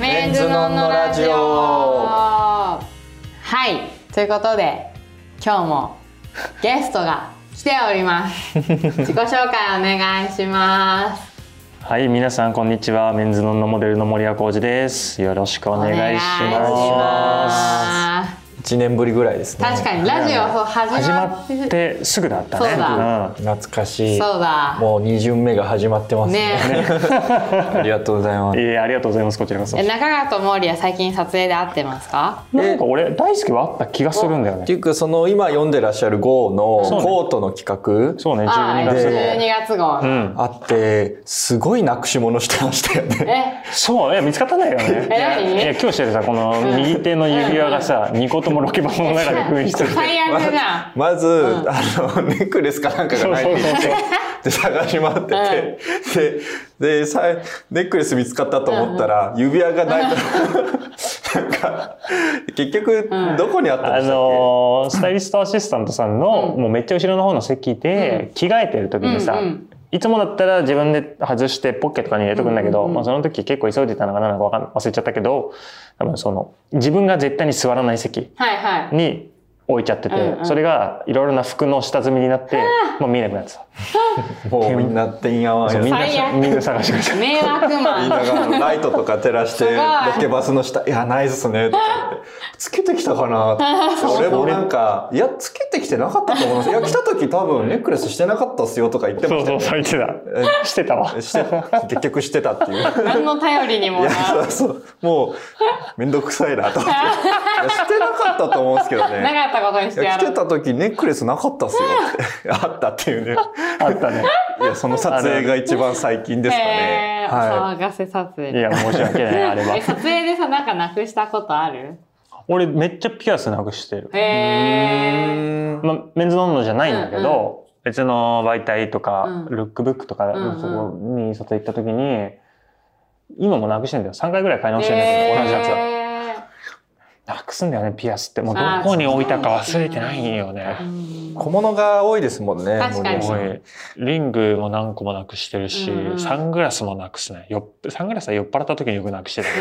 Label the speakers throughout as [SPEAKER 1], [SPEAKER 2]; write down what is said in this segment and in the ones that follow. [SPEAKER 1] メンズノンのラジオ
[SPEAKER 2] はいということで今日もゲストが来ております 自己紹介お願いします
[SPEAKER 1] はい、皆さんこんにちは。メンズノンのモデルの森谷浩二です。よろしくお願いします。
[SPEAKER 2] す
[SPEAKER 3] 1年ぶりぐらいですね
[SPEAKER 2] 確かにラジオ始
[SPEAKER 1] 始
[SPEAKER 2] ま
[SPEAKER 1] ま
[SPEAKER 2] っ
[SPEAKER 1] っててすぐだったね。
[SPEAKER 2] そうだ
[SPEAKER 1] うん
[SPEAKER 3] 懐かしい
[SPEAKER 2] そうだ
[SPEAKER 3] もう2巡目が始まってますね
[SPEAKER 2] ね
[SPEAKER 3] ありがとうございます
[SPEAKER 1] えーありがとうございます。こちらこそ。
[SPEAKER 2] え
[SPEAKER 1] な
[SPEAKER 2] 中川と毛利は最近撮影で会ってますか
[SPEAKER 1] んか俺大好きはあった気がするんだよ
[SPEAKER 3] って
[SPEAKER 1] ね。
[SPEAKER 3] いうかその今読んでらっしゃる号
[SPEAKER 1] そう
[SPEAKER 3] の
[SPEAKER 1] ね
[SPEAKER 3] コートの企
[SPEAKER 1] そうね、
[SPEAKER 2] あ
[SPEAKER 1] 12
[SPEAKER 2] ー
[SPEAKER 1] 月
[SPEAKER 3] で
[SPEAKER 1] 号。
[SPEAKER 2] 12月号、
[SPEAKER 1] うん。
[SPEAKER 3] 画あってすごいなくし物してましたよね
[SPEAKER 2] え
[SPEAKER 1] そう、え見つかったんだよね。
[SPEAKER 2] え何
[SPEAKER 1] いや今日しててさ、この右手の指輪が さ、2個ともロケバンの中で封印してる。
[SPEAKER 2] 最悪じゃん
[SPEAKER 3] まず、あのネックレスかなんかが
[SPEAKER 1] そう
[SPEAKER 3] ない
[SPEAKER 1] そ
[SPEAKER 3] っ
[SPEAKER 1] う
[SPEAKER 3] て言
[SPEAKER 1] そう
[SPEAKER 3] っ
[SPEAKER 1] そう。
[SPEAKER 3] て 探し回ってて、ででさネックレス見つかったと思ったら、指輪がないと、 なんか結局どこにあったんでした
[SPEAKER 1] あ
[SPEAKER 3] っけ、
[SPEAKER 1] のースタイリストアシスタントさんの、もうめっちゃ後ろの方の席で、着替えてる時にさ、
[SPEAKER 2] うんうん
[SPEAKER 1] いつもだったら自分で外してポッケとかに入れとくんだけど、まあ、その時結構急いでたのかななんかわかん忘れちゃったけど多分その自分が絶対に座らない席
[SPEAKER 2] はいはい
[SPEAKER 1] に置いちゃってて、
[SPEAKER 2] うんうん
[SPEAKER 1] それがいろいろな服の下積みになって、もう見えなくなってた。
[SPEAKER 3] もうみんなてんやわん
[SPEAKER 1] そ
[SPEAKER 3] や
[SPEAKER 1] うみんな
[SPEAKER 2] 最悪
[SPEAKER 1] みんな探してくれ た。
[SPEAKER 2] 迷惑
[SPEAKER 3] みんな
[SPEAKER 2] マン
[SPEAKER 3] がライトとか照らし
[SPEAKER 2] すごい
[SPEAKER 3] て、ロケバスの下、いや、ないですね、とか言 って、つけてきたかなって。俺もなんか、いや、つけてきてなかったと思います。いや、来た時多分ネックレスしてなかったっすよとか言ってま
[SPEAKER 1] そ
[SPEAKER 3] し
[SPEAKER 1] う
[SPEAKER 3] た
[SPEAKER 1] そ
[SPEAKER 3] よ
[SPEAKER 1] う、そう言って た。してたわ
[SPEAKER 3] え。して、結局してたっていう。い
[SPEAKER 2] 何の頼りにもな
[SPEAKER 3] や、そうそう、もう、めんどくさいな と思って。いやしてなかったと思うんですけど
[SPEAKER 2] な
[SPEAKER 3] ね。
[SPEAKER 2] かったことにし
[SPEAKER 3] い
[SPEAKER 2] て
[SPEAKER 3] や
[SPEAKER 2] や
[SPEAKER 3] 来
[SPEAKER 2] ろ
[SPEAKER 3] て
[SPEAKER 2] う
[SPEAKER 3] た時ネックレスなかったっすよ って。あったっていうね。
[SPEAKER 1] あったね。
[SPEAKER 3] いや、その撮影が一番最近ですか
[SPEAKER 2] へ
[SPEAKER 3] ね。
[SPEAKER 2] ーお
[SPEAKER 3] はい。
[SPEAKER 2] 騒がせ撮影
[SPEAKER 1] いや、申し訳ない、あれ
[SPEAKER 2] え
[SPEAKER 1] は。
[SPEAKER 2] 撮影でさなんかなくしたことある
[SPEAKER 1] 俺めっちゃピアスなくしてる。
[SPEAKER 2] へえ
[SPEAKER 1] まあ、メンズノンノじゃないんだけ
[SPEAKER 2] うん
[SPEAKER 1] ど、別の媒体とか、
[SPEAKER 2] うん
[SPEAKER 1] ルックブックとか、
[SPEAKER 2] うんうん
[SPEAKER 1] そこに外行った時に、今もなくしてんだよ。3回ぐらい買い直してんだけど、同じやつは。なくすんだよね、ピアスって。もうど
[SPEAKER 2] あー
[SPEAKER 1] こに置いたか忘れてないよね。
[SPEAKER 3] 小物が多いですもんね。
[SPEAKER 2] 確かに
[SPEAKER 3] 森
[SPEAKER 1] お
[SPEAKER 3] さん
[SPEAKER 1] いリングも何個もなくしてるし、
[SPEAKER 2] うんうん
[SPEAKER 1] サングラスもなくすね。よっサングラスは酔っ払った時によくなくしてたけ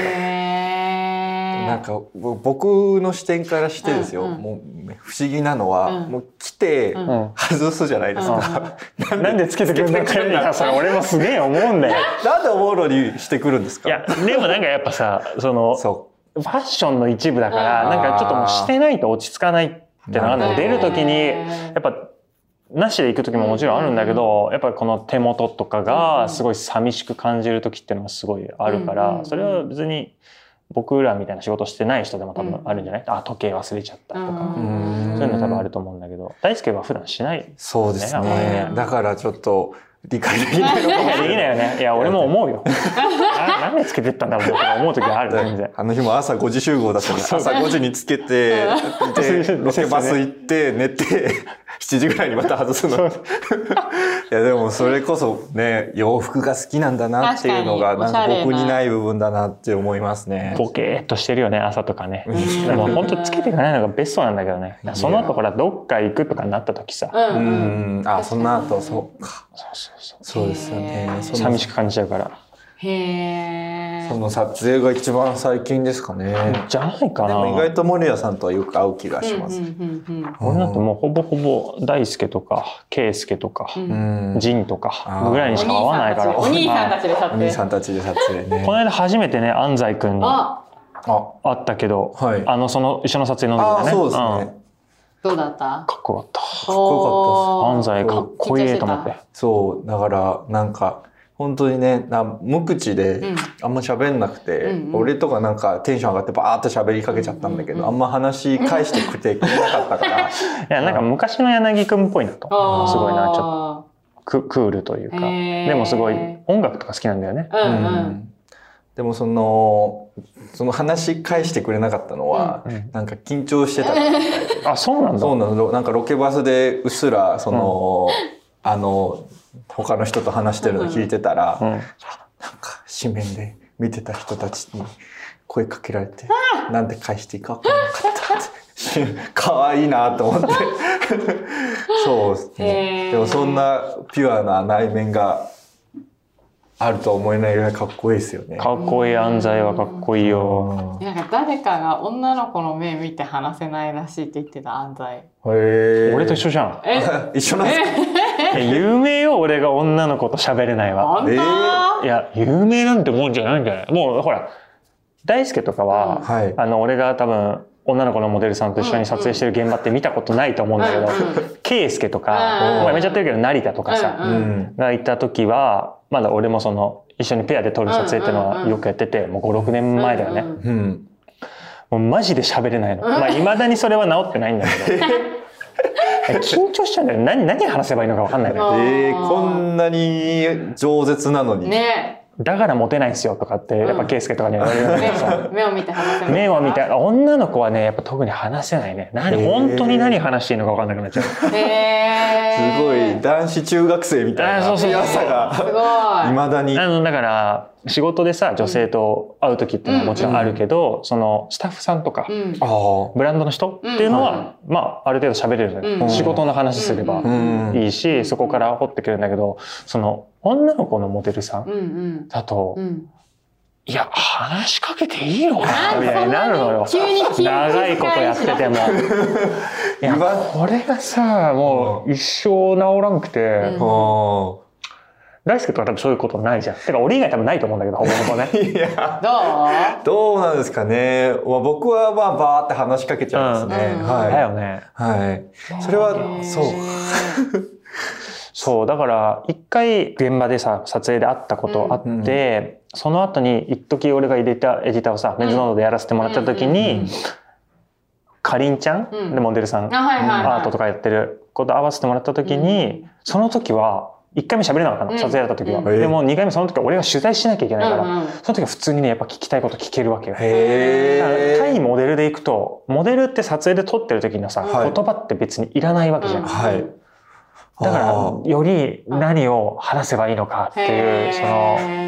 [SPEAKER 1] ど。
[SPEAKER 3] なんかぼ僕の視点からしてですよ、
[SPEAKER 2] うんうん
[SPEAKER 3] もうめ不思議なのは、
[SPEAKER 2] うん
[SPEAKER 3] もう来て
[SPEAKER 2] うん
[SPEAKER 1] うん
[SPEAKER 3] 外すじゃないですか、
[SPEAKER 1] なんでつけてくれなかったんだそれ俺もすげえ思う んだよ。
[SPEAKER 3] なんでおもろにしてくるんです
[SPEAKER 1] い
[SPEAKER 3] か
[SPEAKER 1] や、でもなんかやっぱさ、その、
[SPEAKER 3] そ
[SPEAKER 1] ファッションの一部だから、
[SPEAKER 2] うん
[SPEAKER 1] なんかちょっともうしてないと落ち着かないってのがあるの
[SPEAKER 3] なるほど
[SPEAKER 1] 出るときに、や
[SPEAKER 2] や
[SPEAKER 1] っぱ、なしで行くときももちろんあるんだけど、やっぱこの手元とかがすごい寂しく感じるときっていうのがすごいあるか
[SPEAKER 2] うんうん
[SPEAKER 1] ら
[SPEAKER 2] う、ん
[SPEAKER 1] それは別に僕らみたいな仕事してない人でも多分あるんじゃないあ、時計忘れちゃったとか、
[SPEAKER 3] うん。
[SPEAKER 1] そういうの多分あると思うんだけど、大輔は普段しないう
[SPEAKER 3] そうです
[SPEAKER 1] ね
[SPEAKER 3] ね
[SPEAKER 2] うん
[SPEAKER 3] だからちょっと理解できないの
[SPEAKER 1] い
[SPEAKER 3] かも
[SPEAKER 1] や、
[SPEAKER 3] し
[SPEAKER 1] でき
[SPEAKER 3] れな
[SPEAKER 1] な
[SPEAKER 3] い
[SPEAKER 1] いよね。いや、俺も思うよ。ななんでつけてったんだろうとか思うときある、全然。
[SPEAKER 3] あの日も朝5時集合だったんで朝5時につけてでロケバス行って寝て7時ぐ らいにまた外す のいやでもそれこそね洋服が好きなんだなっていうのが
[SPEAKER 2] 確
[SPEAKER 3] なん
[SPEAKER 2] か
[SPEAKER 3] か
[SPEAKER 2] におしゃれな
[SPEAKER 3] 僕にない部分だなって思いますね。
[SPEAKER 1] ボケーっとしてるよね朝とかね
[SPEAKER 3] うん
[SPEAKER 1] でも本当つけていかないのがベストなんだけどねその後ほらどっか行くとかなった時さ
[SPEAKER 2] う
[SPEAKER 3] うん
[SPEAKER 2] うん
[SPEAKER 3] ん、あ、そんな後、そうか。
[SPEAKER 1] そうそうそ
[SPEAKER 3] そうですよ
[SPEAKER 2] へ
[SPEAKER 3] ね
[SPEAKER 2] ー。
[SPEAKER 3] そうの
[SPEAKER 1] 寂しく感じちゃうから
[SPEAKER 2] へえ
[SPEAKER 3] その撮影が一番最近ですかね。
[SPEAKER 1] じゃないか
[SPEAKER 3] でも意
[SPEAKER 1] な
[SPEAKER 3] 外と森谷さんとはよく会う気がします。
[SPEAKER 2] す
[SPEAKER 1] 俺なんてもうほぼほぼ大輔とか圭介とか
[SPEAKER 3] うん、
[SPEAKER 1] 仁と
[SPEAKER 3] あ
[SPEAKER 1] か
[SPEAKER 3] ー
[SPEAKER 1] ぐらいにしか会わないから
[SPEAKER 2] お兄さんたちで撮
[SPEAKER 3] お兄さ
[SPEAKER 2] 影
[SPEAKER 3] んたちで撮影
[SPEAKER 1] う
[SPEAKER 3] ね
[SPEAKER 1] んこ。の間初めてね安西くんに会
[SPEAKER 2] あ
[SPEAKER 3] あ、
[SPEAKER 1] ったけど
[SPEAKER 3] はい
[SPEAKER 1] あのその一緒の撮影の
[SPEAKER 3] あー、
[SPEAKER 1] 時だね
[SPEAKER 3] そうです
[SPEAKER 1] うん
[SPEAKER 3] ね。
[SPEAKER 2] どうだった
[SPEAKER 1] かっこよかっ
[SPEAKER 2] かっ
[SPEAKER 3] こ
[SPEAKER 1] た安
[SPEAKER 2] 西
[SPEAKER 1] 西かっこいいと思って
[SPEAKER 3] そう、だから、なんか、本当にね、な無口
[SPEAKER 2] うん
[SPEAKER 3] で、あんま喋んなくて、
[SPEAKER 2] うんうん
[SPEAKER 3] 俺とかなんかテンション上がってバーって喋りかけちゃったんだけど、
[SPEAKER 2] うんうんう
[SPEAKER 3] あんま話返してくれてなかったから、
[SPEAKER 1] いやなんか昔の柳くんっぽいなとすごいなちょっと
[SPEAKER 2] ょ
[SPEAKER 1] ククールというか、
[SPEAKER 2] へー
[SPEAKER 1] でもすごい音楽とか好きなんだよね。
[SPEAKER 2] っとうんう
[SPEAKER 3] うんんでもそのその話し返してくれなかったのは、
[SPEAKER 1] うん
[SPEAKER 3] なんか緊張して たみたいで、
[SPEAKER 1] あ、そうなんだ。
[SPEAKER 3] そうなのなんかロケバスでうっすらその、あの他の人と話してるの聞いてたら、
[SPEAKER 1] うん、
[SPEAKER 3] なんか紙面で見てた人たちに声かけられて、なんで返していいか分からなかったって 可愛いなと 思ってそうです
[SPEAKER 2] へー
[SPEAKER 3] ねでもそんなピュアな内面があるとは思えないぐらいかっこいいですよね。
[SPEAKER 1] かっこいい安西はかっこいいよ。
[SPEAKER 3] うん
[SPEAKER 2] な
[SPEAKER 3] へ
[SPEAKER 2] んか誰かが女の子の目見て話せないらしいって言ってた安西。
[SPEAKER 3] え。
[SPEAKER 1] 俺と一
[SPEAKER 3] 緒。
[SPEAKER 1] 緒じゃん。
[SPEAKER 2] え、
[SPEAKER 3] 一緒なんですか
[SPEAKER 1] いや有名よ、俺が女の子と喋れないわ。
[SPEAKER 2] 本当、
[SPEAKER 3] えー
[SPEAKER 1] いや、有名なんてもんじゃないんじゃないもう、ほら、大輔とかは、
[SPEAKER 3] はい。
[SPEAKER 1] あの、俺が多分、女の子のモデルさんと一緒に撮影してる現場って見たことないと思うんだけど、圭介と
[SPEAKER 2] うん
[SPEAKER 1] か、
[SPEAKER 3] うん
[SPEAKER 1] まあ、めちゃってるけど、成田とかさ、
[SPEAKER 2] うん
[SPEAKER 3] うん。
[SPEAKER 1] がいた時は、まだ俺もその、一緒にペアで撮る撮影っていう
[SPEAKER 2] う
[SPEAKER 1] の
[SPEAKER 2] んうん
[SPEAKER 1] は
[SPEAKER 2] うん
[SPEAKER 1] よくやってて、もう5、6年前だよね。
[SPEAKER 2] うんうん
[SPEAKER 3] うん。
[SPEAKER 1] もうマジで喋れないの。まあ、未だにそれは治ってないんだ けど。緊張しちゃうんだよ。何、何話せばいいのか分かんないのよ。
[SPEAKER 3] えー、こんなに饒舌なのに。
[SPEAKER 2] ね
[SPEAKER 1] だからモテないんですよとかって、やっぱ圭介とかに言われるんだけどさ。
[SPEAKER 2] 目目を見て話せない。
[SPEAKER 1] 目を見た女の子はね、やっぱ特に話せないね。何、
[SPEAKER 3] へー
[SPEAKER 1] 本当に何話していいのか分かんなくなっちゃう。
[SPEAKER 2] へー
[SPEAKER 3] すごい男子中学生みたい
[SPEAKER 1] あーそ
[SPEAKER 3] な
[SPEAKER 1] うそう
[SPEAKER 3] 強さ
[SPEAKER 2] すごい
[SPEAKER 3] が。。いまだに。
[SPEAKER 1] あの、だから、仕事でさ、女性と会う時っていうのはもちろんあるけど、その、スタッフさんとか、
[SPEAKER 2] うん。
[SPEAKER 3] ああ。
[SPEAKER 1] ブランドの人っていうのは、まあ、ある程度喋れるじゃない、
[SPEAKER 2] うん
[SPEAKER 1] 仕事の話すれば
[SPEAKER 3] うん。
[SPEAKER 1] いいし、そこから掘ってくるんだけど、その、女の子のモデルさん
[SPEAKER 2] うんうん。
[SPEAKER 1] だと、
[SPEAKER 2] うん。
[SPEAKER 1] いや、話しかけていいのかなみたいになるのよ
[SPEAKER 2] あ。そんなに急に緊急事態
[SPEAKER 1] 長いことやってても。いや
[SPEAKER 3] 言わ、
[SPEAKER 1] これがさ、もう一生治らんくて
[SPEAKER 2] う、ん
[SPEAKER 3] あ
[SPEAKER 1] 大輔とか多分そういうことないじゃん。てか、俺以外多分ないと思うんだけど、ほぼほ ぼね。
[SPEAKER 3] あ。いや。
[SPEAKER 2] どう
[SPEAKER 3] どうなんですかね。まあ、僕はまあバーって話しかけちゃいますね。
[SPEAKER 2] うん
[SPEAKER 1] だ
[SPEAKER 3] は
[SPEAKER 1] よね。
[SPEAKER 3] い。はい。それはそう
[SPEAKER 2] う。
[SPEAKER 1] そう、だから、一回現場でさ、撮影で会ったことあって、その後に、一時俺がエディター、エディターをさ、メンズノードでやらせてもらった時に、かりんちゃん、
[SPEAKER 2] うん
[SPEAKER 1] で、モデルさん、
[SPEAKER 2] あ、はいはい、はい。
[SPEAKER 1] アートとかやってること合わせてもらった時に、
[SPEAKER 2] うん
[SPEAKER 1] その時は、1回目喋れなかったの、
[SPEAKER 2] うん
[SPEAKER 1] 撮影だった時は。
[SPEAKER 2] うん
[SPEAKER 1] でも2回目その時は俺が取材しなきゃいけないから、
[SPEAKER 2] うんうん
[SPEAKER 1] その時は普通にね、やっぱ聞きたいこと聞けるわけよ。だから
[SPEAKER 3] へ
[SPEAKER 1] 対
[SPEAKER 3] え。
[SPEAKER 1] モデルで行くと、モデルって撮影で撮ってる時のさ、
[SPEAKER 2] はい
[SPEAKER 1] 言葉って別にいらないわけじゃん。
[SPEAKER 2] うん
[SPEAKER 3] はい。
[SPEAKER 1] だか
[SPEAKER 3] あ
[SPEAKER 1] ら、
[SPEAKER 3] ー
[SPEAKER 1] より何を話せばいいのかってい
[SPEAKER 2] へ
[SPEAKER 1] う、その、
[SPEAKER 2] ー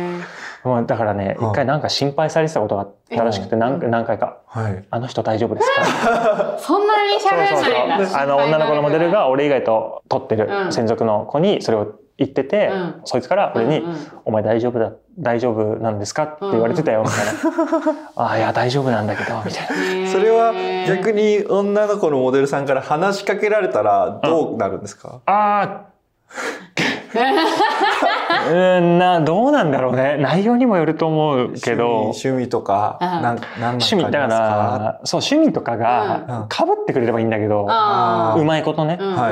[SPEAKER 1] もうだからね、
[SPEAKER 3] うん
[SPEAKER 1] 一回なんか心配されてたことがあったらしくて、何
[SPEAKER 2] う
[SPEAKER 1] 何回か、
[SPEAKER 3] はい。
[SPEAKER 1] あの人大丈夫ですか
[SPEAKER 2] そんなに喋れないんだ。
[SPEAKER 1] あの女の子のモデルが俺以外と撮ってる
[SPEAKER 2] うん
[SPEAKER 1] 専属の子にそれを言ってて、
[SPEAKER 2] うん
[SPEAKER 1] そいつから俺に、
[SPEAKER 2] うんうん
[SPEAKER 1] お前大丈夫だ、大丈夫なんですか?」って言われてたよ、みたいな 「ああいや大丈夫なんだけど」みたいな。
[SPEAKER 2] へー
[SPEAKER 3] それは逆に女の子のモデルさんから話しかけられたらどうなるんですか、
[SPEAKER 1] あーうーんなどうなんだろうね内容にもよると思うけど
[SPEAKER 3] 趣味趣味とか、
[SPEAKER 2] うん
[SPEAKER 3] なん、なんなんかあ
[SPEAKER 1] 趣
[SPEAKER 3] り
[SPEAKER 1] 味
[SPEAKER 3] ます
[SPEAKER 1] だ
[SPEAKER 3] か
[SPEAKER 1] か
[SPEAKER 3] ら
[SPEAKER 1] そう趣味とか
[SPEAKER 3] うん
[SPEAKER 1] がかぶってくれればいいんだけど、
[SPEAKER 2] あ
[SPEAKER 1] う
[SPEAKER 2] ー
[SPEAKER 1] まいことね、
[SPEAKER 2] うんうん
[SPEAKER 3] はい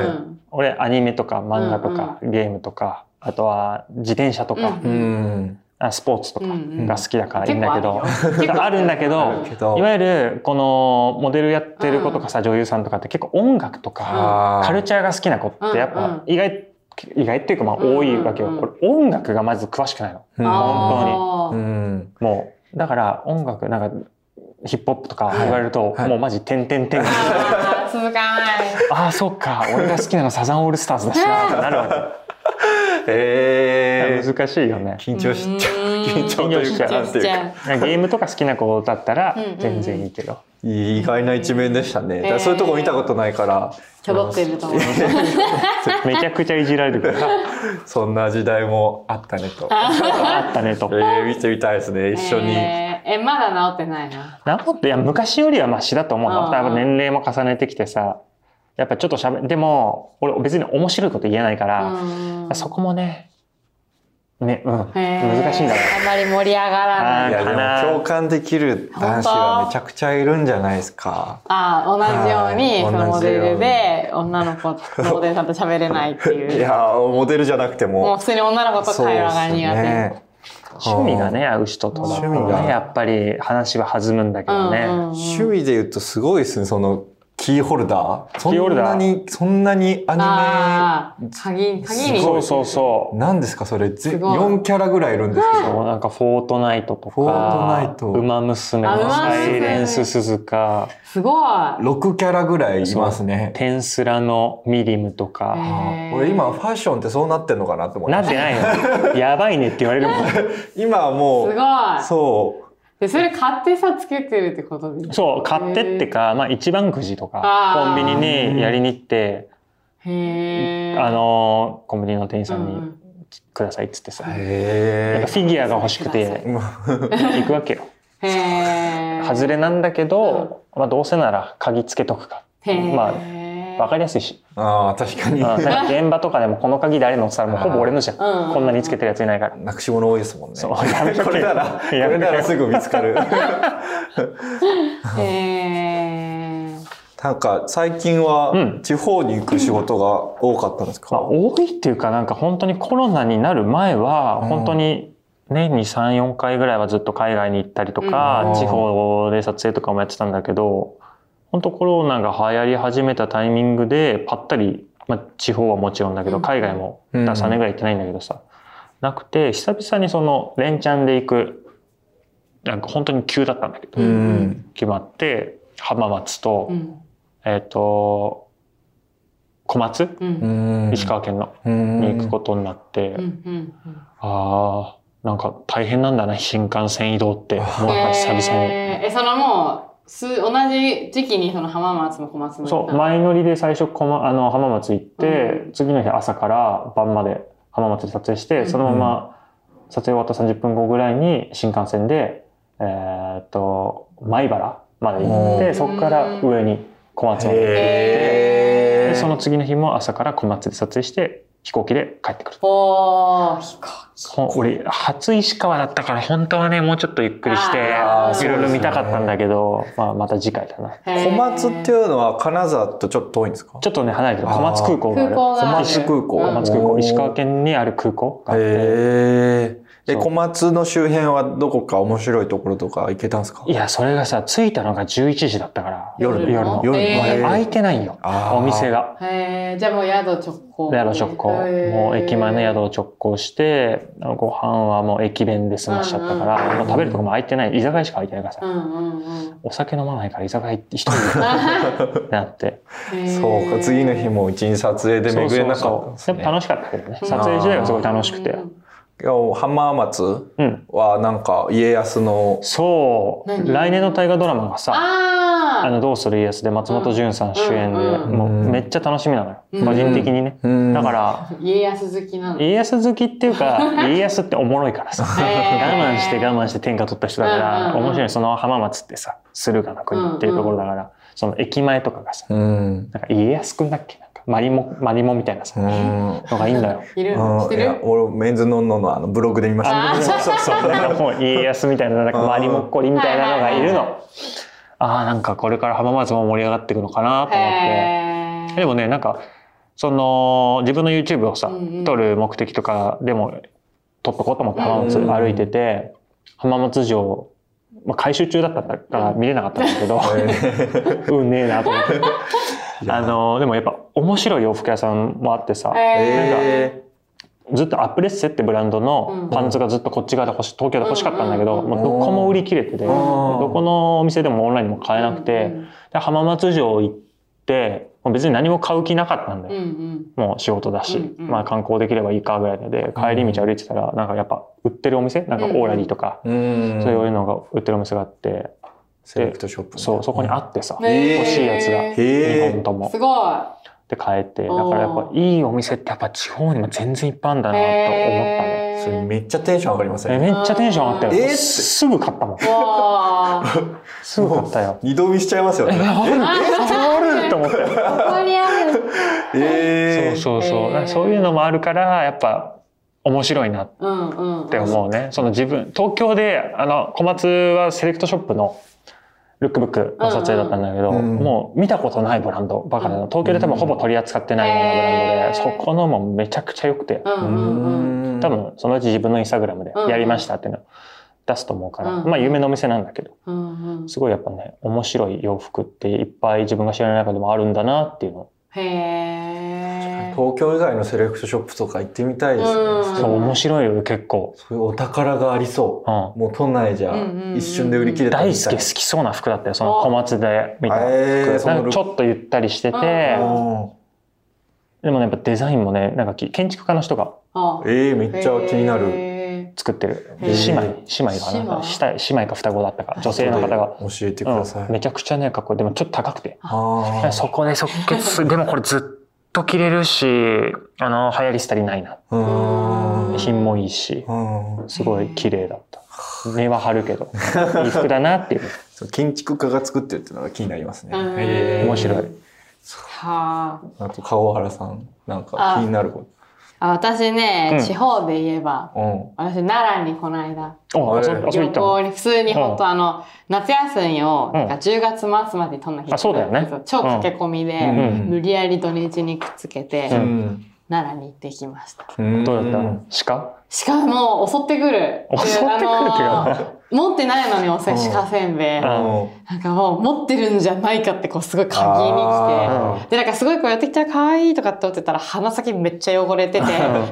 [SPEAKER 1] 俺アニメとか漫画とか、ゲームとかあとは自転車とか、
[SPEAKER 2] うん
[SPEAKER 3] うん。
[SPEAKER 1] あスポーツとか
[SPEAKER 2] うん
[SPEAKER 1] が好きだからいいんだけど、
[SPEAKER 2] 結構
[SPEAKER 1] あるんだけど
[SPEAKER 3] あるけど
[SPEAKER 1] いわゆるこのモデルやってる子とかさ、女優さんとかって結構音楽とか
[SPEAKER 3] あー
[SPEAKER 1] カルチャーが好きな子ってやっ
[SPEAKER 2] うんうん
[SPEAKER 1] ぱ意外、意外っていうかまあ多いわけよ、
[SPEAKER 2] うんうんうん
[SPEAKER 1] これ音楽がまず詳しくないの
[SPEAKER 3] うん
[SPEAKER 2] あー
[SPEAKER 3] うん。
[SPEAKER 1] もうだから音楽なんかヒップホップとか
[SPEAKER 3] はい
[SPEAKER 1] 言われると、
[SPEAKER 3] はい
[SPEAKER 1] もうマジ点々点
[SPEAKER 2] あー続かない。
[SPEAKER 1] ああそっか俺が好きなのサザンオールスターズだしなってなるわけ、
[SPEAKER 3] えー、
[SPEAKER 1] 難しいよね
[SPEAKER 3] 緊張しちゃう。
[SPEAKER 2] うーん
[SPEAKER 3] 緊張というか、
[SPEAKER 1] 緊張しちゃう
[SPEAKER 3] なんていうか。
[SPEAKER 1] ゲームとか好きな子だったら
[SPEAKER 2] うんうん
[SPEAKER 1] 全然いい けど、
[SPEAKER 3] 意外な一面でしたね。だからそういうとこ見たことないから。
[SPEAKER 2] ちょろってると思う。
[SPEAKER 1] めちゃくちゃいじられるから
[SPEAKER 3] そんな時代もあったねと。
[SPEAKER 1] あったねと
[SPEAKER 3] え。ー、見てみたいですね。一緒に。
[SPEAKER 2] えーえまだ治ってないな。
[SPEAKER 1] なっていや昔よりはマシだと思う
[SPEAKER 2] あ
[SPEAKER 1] の。
[SPEAKER 2] ー
[SPEAKER 1] やっぱ年齢も重ねてきてさ、やっぱちょっと喋でも俺別に面白いこと言えないから、
[SPEAKER 2] うん
[SPEAKER 1] そこもね、ね、うん、
[SPEAKER 2] へー
[SPEAKER 1] 難しいんだろう。
[SPEAKER 2] あんまり盛り上がらない
[SPEAKER 1] あー
[SPEAKER 3] いやで
[SPEAKER 1] かな
[SPEAKER 3] も共感できる男子はめちゃくちゃいるんじゃないですか。
[SPEAKER 2] ああ同じように
[SPEAKER 3] は
[SPEAKER 2] そ
[SPEAKER 3] い
[SPEAKER 2] のモデル
[SPEAKER 3] 同じ
[SPEAKER 2] で女の子モデルさんと喋れないって
[SPEAKER 3] い
[SPEAKER 2] いう
[SPEAKER 3] やーモデルじゃなくて
[SPEAKER 2] もう
[SPEAKER 3] も。
[SPEAKER 2] 普通に女の子と会話が苦手、
[SPEAKER 3] そうっすね
[SPEAKER 1] 趣味がね、合う人とだと
[SPEAKER 3] 趣味
[SPEAKER 1] ね、
[SPEAKER 3] が
[SPEAKER 1] やっぱり話は弾むんだけどね。
[SPEAKER 2] うんうんうん
[SPEAKER 3] 趣味で言うとすごいですね、そのキーホルダー。そ
[SPEAKER 1] キーホル
[SPEAKER 3] ん
[SPEAKER 1] ダ
[SPEAKER 3] な
[SPEAKER 1] ー
[SPEAKER 3] に、そんなにア
[SPEAKER 2] ああ鍵鍵に
[SPEAKER 3] す
[SPEAKER 1] そ
[SPEAKER 3] ご
[SPEAKER 1] う
[SPEAKER 3] い
[SPEAKER 1] そうそ
[SPEAKER 3] ニメ、何ですかそれ、
[SPEAKER 2] す
[SPEAKER 3] ぜ
[SPEAKER 2] ごい
[SPEAKER 3] 4キャラぐらいいるんです
[SPEAKER 1] う。
[SPEAKER 3] け
[SPEAKER 1] そ
[SPEAKER 3] ど。
[SPEAKER 1] うなんかフォートナイトと
[SPEAKER 3] フォートナイ
[SPEAKER 1] か、
[SPEAKER 3] ト
[SPEAKER 1] ウマ娘の
[SPEAKER 2] あウマ
[SPEAKER 1] サ
[SPEAKER 2] 娘
[SPEAKER 1] イレンス鈴鹿、
[SPEAKER 2] すごい
[SPEAKER 3] 6キャラぐらいいますね。
[SPEAKER 1] テンスラのミリムと
[SPEAKER 2] へ
[SPEAKER 1] か、
[SPEAKER 2] ー
[SPEAKER 3] 俺今ファッションってそうなってんのかなって思い
[SPEAKER 1] な
[SPEAKER 3] ま
[SPEAKER 1] っ
[SPEAKER 3] す
[SPEAKER 1] てない の。やばいねって言われるもん。
[SPEAKER 3] 今はも
[SPEAKER 2] すご
[SPEAKER 3] う、
[SPEAKER 2] い
[SPEAKER 3] そ
[SPEAKER 2] でそれ買ってさつけてるってことで
[SPEAKER 1] そう、買ってってか、まあ一番くじとか、
[SPEAKER 2] あー
[SPEAKER 1] コンビニにやりに行って、
[SPEAKER 2] へえ
[SPEAKER 1] あのー、コンビニの店員さん
[SPEAKER 2] う
[SPEAKER 1] に
[SPEAKER 2] ん
[SPEAKER 1] くださいっつってさ、なん
[SPEAKER 3] へ
[SPEAKER 1] かフィギュアが欲しくて行くわけよ。
[SPEAKER 2] へえ。
[SPEAKER 1] 外れなんだけど、まあどうせなら鍵つけとくか。
[SPEAKER 2] へえ。
[SPEAKER 1] まあわかりやすいし。
[SPEAKER 3] ああ、確か
[SPEAKER 1] う
[SPEAKER 3] に
[SPEAKER 1] ん。なんか現場とかでもこの鍵誰のって言ったらもうほぼ俺のじゃん。
[SPEAKER 2] うん
[SPEAKER 1] こんなにつけてるやついないから。
[SPEAKER 3] なくし物多いですもんね。
[SPEAKER 1] そう
[SPEAKER 3] これなら、こ
[SPEAKER 1] やめ
[SPEAKER 3] れ
[SPEAKER 1] とけ
[SPEAKER 3] な
[SPEAKER 1] よ
[SPEAKER 3] らすぐ見つか る。
[SPEAKER 2] へえ。
[SPEAKER 3] なんか最近
[SPEAKER 1] う
[SPEAKER 3] は
[SPEAKER 1] ん
[SPEAKER 3] 地方に行く仕事が多かったんです
[SPEAKER 1] まあ
[SPEAKER 3] か、
[SPEAKER 1] 多いっていうかなんか本当にコロナになる前は
[SPEAKER 3] うん
[SPEAKER 1] 本当に年に3、4回ぐらいはずっと海外に行ったりと
[SPEAKER 3] う
[SPEAKER 1] か
[SPEAKER 3] ん、
[SPEAKER 1] 地方で撮影とかもやってたんだけど、本当コロナが流行り始めたタイミングでぱったり、まあ地方はもちろんだけ
[SPEAKER 2] う
[SPEAKER 1] ど
[SPEAKER 2] ん
[SPEAKER 1] 海外も
[SPEAKER 3] うん
[SPEAKER 1] だ3年ぐらい行ってないんだけどさ、なくて久々にその連チャンで行く、なんか本当に急だったんだけど、
[SPEAKER 2] うん
[SPEAKER 1] 決まって浜松と、
[SPEAKER 2] うん。
[SPEAKER 1] えっ、と小松
[SPEAKER 2] うん。
[SPEAKER 1] 石川県の、に行くことになって、
[SPEAKER 2] うん。うん。
[SPEAKER 1] あーなんか大変なんだな新幹線移動ってもう
[SPEAKER 2] へ
[SPEAKER 1] なんか久々に。
[SPEAKER 2] え。え、そのもう、す、同じ時期にその浜松も小松も行
[SPEAKER 1] そ
[SPEAKER 2] った
[SPEAKER 1] う前乗りで最初こまあの浜松行って、
[SPEAKER 2] う
[SPEAKER 1] 次の日朝から晩まで浜松で撮影して、
[SPEAKER 2] うん
[SPEAKER 1] そのまま撮影終わった30分後ぐらいに新幹線で、えーっと米原まで行って、
[SPEAKER 3] うん
[SPEAKER 1] そこから上に小松まで行って
[SPEAKER 3] へ
[SPEAKER 1] で
[SPEAKER 3] ー
[SPEAKER 1] その次の日も朝から小松で撮影して飛行機で帰ってくる。
[SPEAKER 2] おー、飛行
[SPEAKER 1] ほん俺初石川だったから本当はねもうちょっとゆっくりして
[SPEAKER 2] あ
[SPEAKER 3] ー
[SPEAKER 1] いろいろ見たかったんだけど、まあ、また次回だな
[SPEAKER 2] 機。へー
[SPEAKER 3] 小松っていうのは金沢とちょっと遠いんですか
[SPEAKER 1] ちょっとね離れてる小松空港がある
[SPEAKER 2] 空港
[SPEAKER 3] 小
[SPEAKER 2] がある
[SPEAKER 3] 松空港。
[SPEAKER 2] うん
[SPEAKER 1] 小松空港
[SPEAKER 3] おー
[SPEAKER 1] 石川。県にある空港があって
[SPEAKER 3] へえ。で、
[SPEAKER 1] そう
[SPEAKER 3] 小松の周辺はどこか面白いところとか行けたんですか
[SPEAKER 1] いやそれがさ着いたのが11時だったから
[SPEAKER 3] 夜の
[SPEAKER 1] 夜の
[SPEAKER 3] 夜の
[SPEAKER 1] もう
[SPEAKER 2] へ
[SPEAKER 1] ね
[SPEAKER 2] ー
[SPEAKER 1] 開いてないよ
[SPEAKER 3] あー
[SPEAKER 1] お店が
[SPEAKER 2] へーじゃあもう宿直行。
[SPEAKER 1] 宿直行
[SPEAKER 2] へー
[SPEAKER 1] もう駅前の宿を直行してご飯はもう駅弁で済ましちゃったから、
[SPEAKER 2] うんうん
[SPEAKER 1] もう食べるとこも空いてない居酒屋しか空いてないからさ、
[SPEAKER 2] うんう んうん。
[SPEAKER 1] お酒飲まないから居酒屋行って一人でなって
[SPEAKER 3] そうか、次の日も一日撮影で巡れなか
[SPEAKER 1] そう
[SPEAKER 3] ったん
[SPEAKER 1] そう
[SPEAKER 3] で
[SPEAKER 1] そ
[SPEAKER 3] す
[SPEAKER 1] うで
[SPEAKER 3] ね。
[SPEAKER 1] も楽しかったけどね撮影自体がすごい楽しくて
[SPEAKER 2] うん
[SPEAKER 3] 今日浜松
[SPEAKER 1] うん
[SPEAKER 3] はなんか家康の
[SPEAKER 1] そう
[SPEAKER 2] 何
[SPEAKER 1] 来年の大河ドラマがさ「あ
[SPEAKER 2] あ
[SPEAKER 1] のどうする家康」で松本潤さん主演で、
[SPEAKER 2] うん
[SPEAKER 3] うん
[SPEAKER 1] もうめっちゃ楽しみなのよ、
[SPEAKER 2] うん
[SPEAKER 1] 個人的にね、
[SPEAKER 3] だ
[SPEAKER 1] だから
[SPEAKER 2] あ家康好きなの。
[SPEAKER 1] 家康好きってい うか家康っておもろいからさ我
[SPEAKER 2] 我
[SPEAKER 1] 慢して我慢して天下取った人だから、
[SPEAKER 2] うんうんうん
[SPEAKER 1] 面白いその浜松ってさ駿河の国っていうところだから、その駅前とかがさ
[SPEAKER 3] うん。
[SPEAKER 1] なんか家康くんだっけなんかマリモマリモみたいなさ、
[SPEAKER 3] うん。
[SPEAKER 1] のがいいんだよ
[SPEAKER 2] いる知っ
[SPEAKER 3] あ
[SPEAKER 2] て
[SPEAKER 3] いや
[SPEAKER 2] る
[SPEAKER 3] 俺メンズノンノのあのブログで見ました
[SPEAKER 2] あー
[SPEAKER 3] そうそうそう
[SPEAKER 1] なんかもう家康みたいな、なんか周りもっこりみたいなのがいる
[SPEAKER 2] はいはい
[SPEAKER 1] の。ああ、なんかこれから浜松も盛り上がっていくのかなと思って。
[SPEAKER 2] へー
[SPEAKER 1] でもね、なんか、その、自分の YouTube をさ
[SPEAKER 2] うんうん、
[SPEAKER 1] 撮る目的とかでも、撮っとこうと思って浜松
[SPEAKER 3] うん
[SPEAKER 1] 歩いてて、浜松城、まあ、改修中だったから見れなかったんだけど、 うん、ねえなと思 って。あの、でもやっぱ面白い洋服屋さんもあってさ、
[SPEAKER 3] え
[SPEAKER 1] ずっとアップレッセってブランド
[SPEAKER 2] うん
[SPEAKER 1] のパンツがずっとこっち側で欲し東京で欲しかったんだけど、
[SPEAKER 2] うん
[SPEAKER 1] もうどこも売り切れてて、
[SPEAKER 3] ん
[SPEAKER 1] どこのお店でもオンラインでも買えなくて、で浜松城行ってもう別に何も買う気なかったんだ
[SPEAKER 2] うん
[SPEAKER 1] よ、
[SPEAKER 2] うん
[SPEAKER 1] もう仕事だし、
[SPEAKER 2] うんうん
[SPEAKER 1] まあ、観光できればいいかぐらいので帰り道歩いてたらなんかやっぱ売ってるお店なんかオーラリーとか、
[SPEAKER 3] ーうん
[SPEAKER 1] そういうのが売ってるお店があって
[SPEAKER 3] セレクトショップね
[SPEAKER 1] そうそこにあってさ、
[SPEAKER 2] うんへー
[SPEAKER 1] 欲しいやつが
[SPEAKER 2] へ
[SPEAKER 3] ー
[SPEAKER 1] 2本とも
[SPEAKER 2] すごい
[SPEAKER 1] で買えてだからやっぱいいお店ってやっぱ地方にも全然いっぱいあるんだなと思ったね。
[SPEAKER 2] へー
[SPEAKER 3] それめっちゃテンション上がりませ
[SPEAKER 1] え
[SPEAKER 3] ん
[SPEAKER 1] めっちゃテンション上がったよ。
[SPEAKER 3] えーって
[SPEAKER 1] すぐ買った もん。
[SPEAKER 2] わあ、
[SPEAKER 1] すぐ買ったよ。
[SPEAKER 3] 二度見しちゃいますよ
[SPEAKER 1] え、
[SPEAKER 3] ね
[SPEAKER 1] ある あると思ったよ。
[SPEAKER 2] ここにある。
[SPEAKER 3] え
[SPEAKER 1] そ
[SPEAKER 3] ー
[SPEAKER 1] うそうそう。
[SPEAKER 2] えー
[SPEAKER 1] そういうのもあるから、やっぱ、面白いなっ
[SPEAKER 2] うんうん。
[SPEAKER 1] て思うね。その自分、東京で、あの、小松はセレクトショップの、ルックブックの撮影だったんだけど、
[SPEAKER 3] うんうんうん
[SPEAKER 1] もう見たことないブランドばかり
[SPEAKER 2] う
[SPEAKER 1] の、東京で多分ほぼ取り扱ってないようなブランドで、
[SPEAKER 2] へー
[SPEAKER 1] そこのもめちゃくちゃ良くて、
[SPEAKER 2] うんうんうん。
[SPEAKER 3] うん
[SPEAKER 1] 多分そのうち自分のインスタグラムで
[SPEAKER 2] うん
[SPEAKER 1] やりましたっていうのを出すと思うから、
[SPEAKER 2] うん
[SPEAKER 1] まあ有名なお店なんだけど、
[SPEAKER 2] うんうん。
[SPEAKER 1] すごいやっぱね、面白い洋服っていっぱい自分が知らない中でもあるんだなっていうの。
[SPEAKER 2] へえ。
[SPEAKER 3] 東京以外のセレクトショップとか行ってみたいですね
[SPEAKER 2] うん
[SPEAKER 1] そう、面白いよ、結構。
[SPEAKER 3] そういうお宝がありそう
[SPEAKER 1] う
[SPEAKER 3] もう都内じゃ
[SPEAKER 2] うんうんうん
[SPEAKER 3] 一瞬で売り切
[SPEAKER 1] ん。
[SPEAKER 3] れた
[SPEAKER 1] 大
[SPEAKER 3] みた
[SPEAKER 1] 輔
[SPEAKER 3] い
[SPEAKER 1] 好きそうな服だったよ、その小松で見た
[SPEAKER 3] あへー
[SPEAKER 1] 服。
[SPEAKER 3] その
[SPEAKER 1] なんかちょっとゆったりしてて、
[SPEAKER 2] うん
[SPEAKER 1] でもね、やっぱデザインもね、なんかき建築家の人が
[SPEAKER 2] あ
[SPEAKER 3] うんえーめっちゃ気になる
[SPEAKER 2] る。
[SPEAKER 1] 作ってる。
[SPEAKER 2] へ
[SPEAKER 1] で姉
[SPEAKER 2] ー
[SPEAKER 1] 妹、姉妹かな
[SPEAKER 2] 姉妹
[SPEAKER 1] 下姉妹か双子だったか、女性の方が。
[SPEAKER 3] 教えてく
[SPEAKER 1] う
[SPEAKER 3] ださい
[SPEAKER 1] ん、めちゃくちゃね、かっこいい。でもちょっと高くて。
[SPEAKER 3] あー
[SPEAKER 1] そこで即決、でもこれずっと着れるし、あの、流行り廃りないな
[SPEAKER 3] うーん
[SPEAKER 1] ね。品もいいし、
[SPEAKER 3] うん
[SPEAKER 1] すごい綺麗だった。根は張 るけど、いい服だなっていう。
[SPEAKER 3] そう建築家が作ってるっていうのが気になりますね。
[SPEAKER 2] うん
[SPEAKER 3] へー
[SPEAKER 1] 面白い。
[SPEAKER 2] は
[SPEAKER 3] あと川原さんなんか
[SPEAKER 2] あ
[SPEAKER 3] 気になるこ
[SPEAKER 2] ああ私ね、
[SPEAKER 1] うん
[SPEAKER 2] 地方で言えば
[SPEAKER 3] と。うん。
[SPEAKER 2] 私奈良にこの間
[SPEAKER 1] あ、あそあそこ行
[SPEAKER 2] 旅
[SPEAKER 1] ったの
[SPEAKER 2] 行に普通に本当あの夏休みを
[SPEAKER 1] うん
[SPEAKER 2] なんか10月末までに取んなきゃいけない
[SPEAKER 1] あそうだよね
[SPEAKER 2] そう超駆け込み
[SPEAKER 3] う
[SPEAKER 2] で、
[SPEAKER 3] ん
[SPEAKER 2] 無理やり土日にくっつけて、
[SPEAKER 3] うん。
[SPEAKER 2] 奈良に行ってきました。
[SPEAKER 3] うん
[SPEAKER 1] どうだった鹿
[SPEAKER 2] しかも襲ってくる。
[SPEAKER 1] 襲ってくるっていう
[SPEAKER 2] あの
[SPEAKER 1] か
[SPEAKER 2] 持ってないのにおせしかせんべい。
[SPEAKER 1] う
[SPEAKER 2] なん
[SPEAKER 3] うん
[SPEAKER 2] んかもう持ってるんじゃないかってこうすごい鍵に来て。
[SPEAKER 3] あー
[SPEAKER 2] でなんかすごいこうやってきたら可愛いとかって思ってたら鼻先めっちゃ汚れてて
[SPEAKER 1] ん